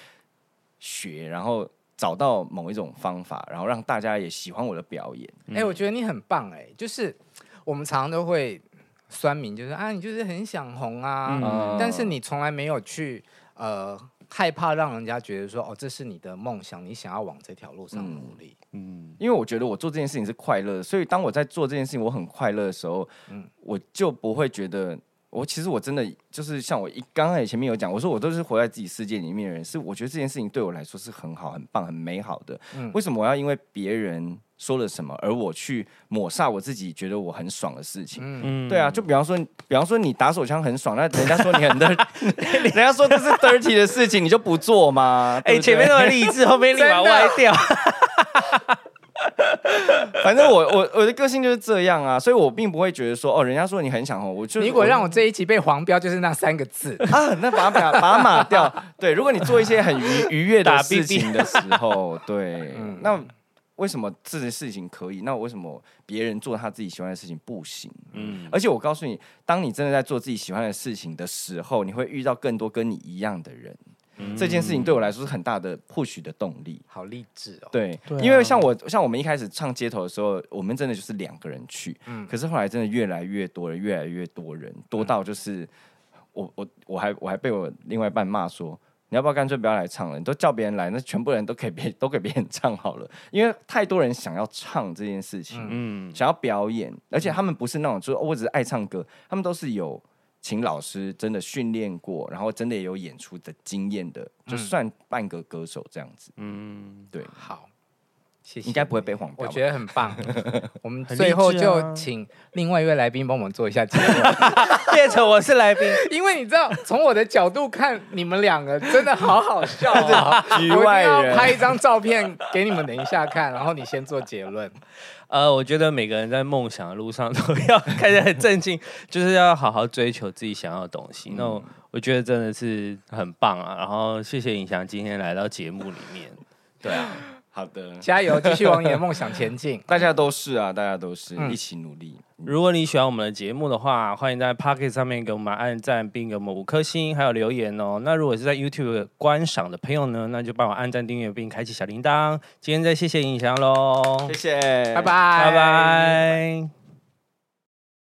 [SPEAKER 2] 学，然后找到某一种方法，然后让大家也喜欢我的表演。
[SPEAKER 3] 哎、我觉得你很棒哎、就是我们常常都会酸民，就是啊，你就是很想红啊，
[SPEAKER 4] 哦
[SPEAKER 2] 嗯
[SPEAKER 3] 但是你从来没有去呃害怕让人家觉得说哦，这是你的梦想，你想要往这条路上
[SPEAKER 2] 嗯
[SPEAKER 3] 努力。
[SPEAKER 4] 嗯
[SPEAKER 2] 因为我觉得我做这件事情是快乐的，所以当我在做这件事情我很快乐的时候，
[SPEAKER 4] 嗯
[SPEAKER 2] 我就不会觉得我其实我真的就是像我一刚刚也前面有讲，我说我都是活在自己世界里面的人，是我觉得这件事情对我来说是很好、很棒、很美好的。
[SPEAKER 4] 嗯
[SPEAKER 2] 为什么我要因为别人说了什么而我去抹煞我自己觉得我很爽的事情？
[SPEAKER 4] 嗯
[SPEAKER 2] 对啊，就比方说，比方说你打手枪很爽，那人家说你很 dirty，人家说这是 dirty 的事情，你就不做吗？
[SPEAKER 4] 哎、
[SPEAKER 2] 对不对
[SPEAKER 4] 前面那么励志，后面立马歪掉。
[SPEAKER 2] 反正我我我的个性就是这样啊，所以我并不会觉得说哦，人家说你很想红，我就
[SPEAKER 3] 你如果让
[SPEAKER 2] 我
[SPEAKER 3] 我这一集被黄标，就是那三个字。
[SPEAKER 2] 啊，那把它把把它码掉。对，如果你做一些很愉愉悦的事情的时候，对，那为什么这件事情可以？那为什么别人做他自己喜欢的事情不行？嗯，而且我告诉你，当你真的在做自己喜欢的事情的时候，你会遇到更多跟你一样的人。这件事情对我来说是很大的 push 的动力。
[SPEAKER 3] 好励志哦！
[SPEAKER 2] 对，
[SPEAKER 4] 对啊
[SPEAKER 2] 因为像我像我们一开始唱街头的时候，我们真的就是两个人去，
[SPEAKER 4] 嗯
[SPEAKER 2] 可是后来真的越来越多人，越来越多人，多到就是、我我我还我还被我另外一半骂说。你要不要干脆不要来唱了？你都叫别人来，那全部人都给别都给别人唱好了，因为太多人想要唱这件事情，
[SPEAKER 4] 嗯，
[SPEAKER 2] 想要表演，而且他们不是那种就是、哦我只是爱唱歌，他们都是有请老师真的训练过，然后真的也有演出的经验的，
[SPEAKER 4] 嗯
[SPEAKER 2] 就算半个歌手这样子，嗯，对。
[SPEAKER 3] 好，谢谢。
[SPEAKER 2] 应该不会被黄标
[SPEAKER 3] 我
[SPEAKER 2] 吧。
[SPEAKER 3] 觉得很 棒。我们
[SPEAKER 4] 很
[SPEAKER 3] 最
[SPEAKER 4] 励
[SPEAKER 3] 后
[SPEAKER 4] 志
[SPEAKER 3] 就
[SPEAKER 4] 啊
[SPEAKER 3] 请另外一位来宾帮我们做一下结论。
[SPEAKER 4] 变成我是来宾，
[SPEAKER 3] 因为你知道，从我的角度看，你们两个真的好好笑啊！我一
[SPEAKER 2] 局
[SPEAKER 3] 定
[SPEAKER 2] 外
[SPEAKER 3] 要
[SPEAKER 2] 人
[SPEAKER 3] 拍一张照片给你们等一下看，然后你先做结论。
[SPEAKER 4] 呃，我觉得每个人在梦想的路上都要看起来很正经，就是要好好追求自己想要的东西。那我我觉得 真的是很棒啊！然后谢谢尹翔今天来到节目里面，对啊，
[SPEAKER 2] 好的，。
[SPEAKER 3] 加油，继续往你的梦想前进
[SPEAKER 2] 大家都是啊，大家都是、
[SPEAKER 3] 嗯
[SPEAKER 2] 一起努力。
[SPEAKER 4] 如果你喜欢我们的节目的话，欢迎在 Pocket 上面给我们按赞，并给我们五颗星，还有留言哦。那如果是在 YouTube 观赏的朋友呢，那就帮我按赞、订阅并开启小铃铛。今天再谢谢尹翔喽，
[SPEAKER 2] 谢谢，
[SPEAKER 3] 拜拜，
[SPEAKER 4] 拜拜。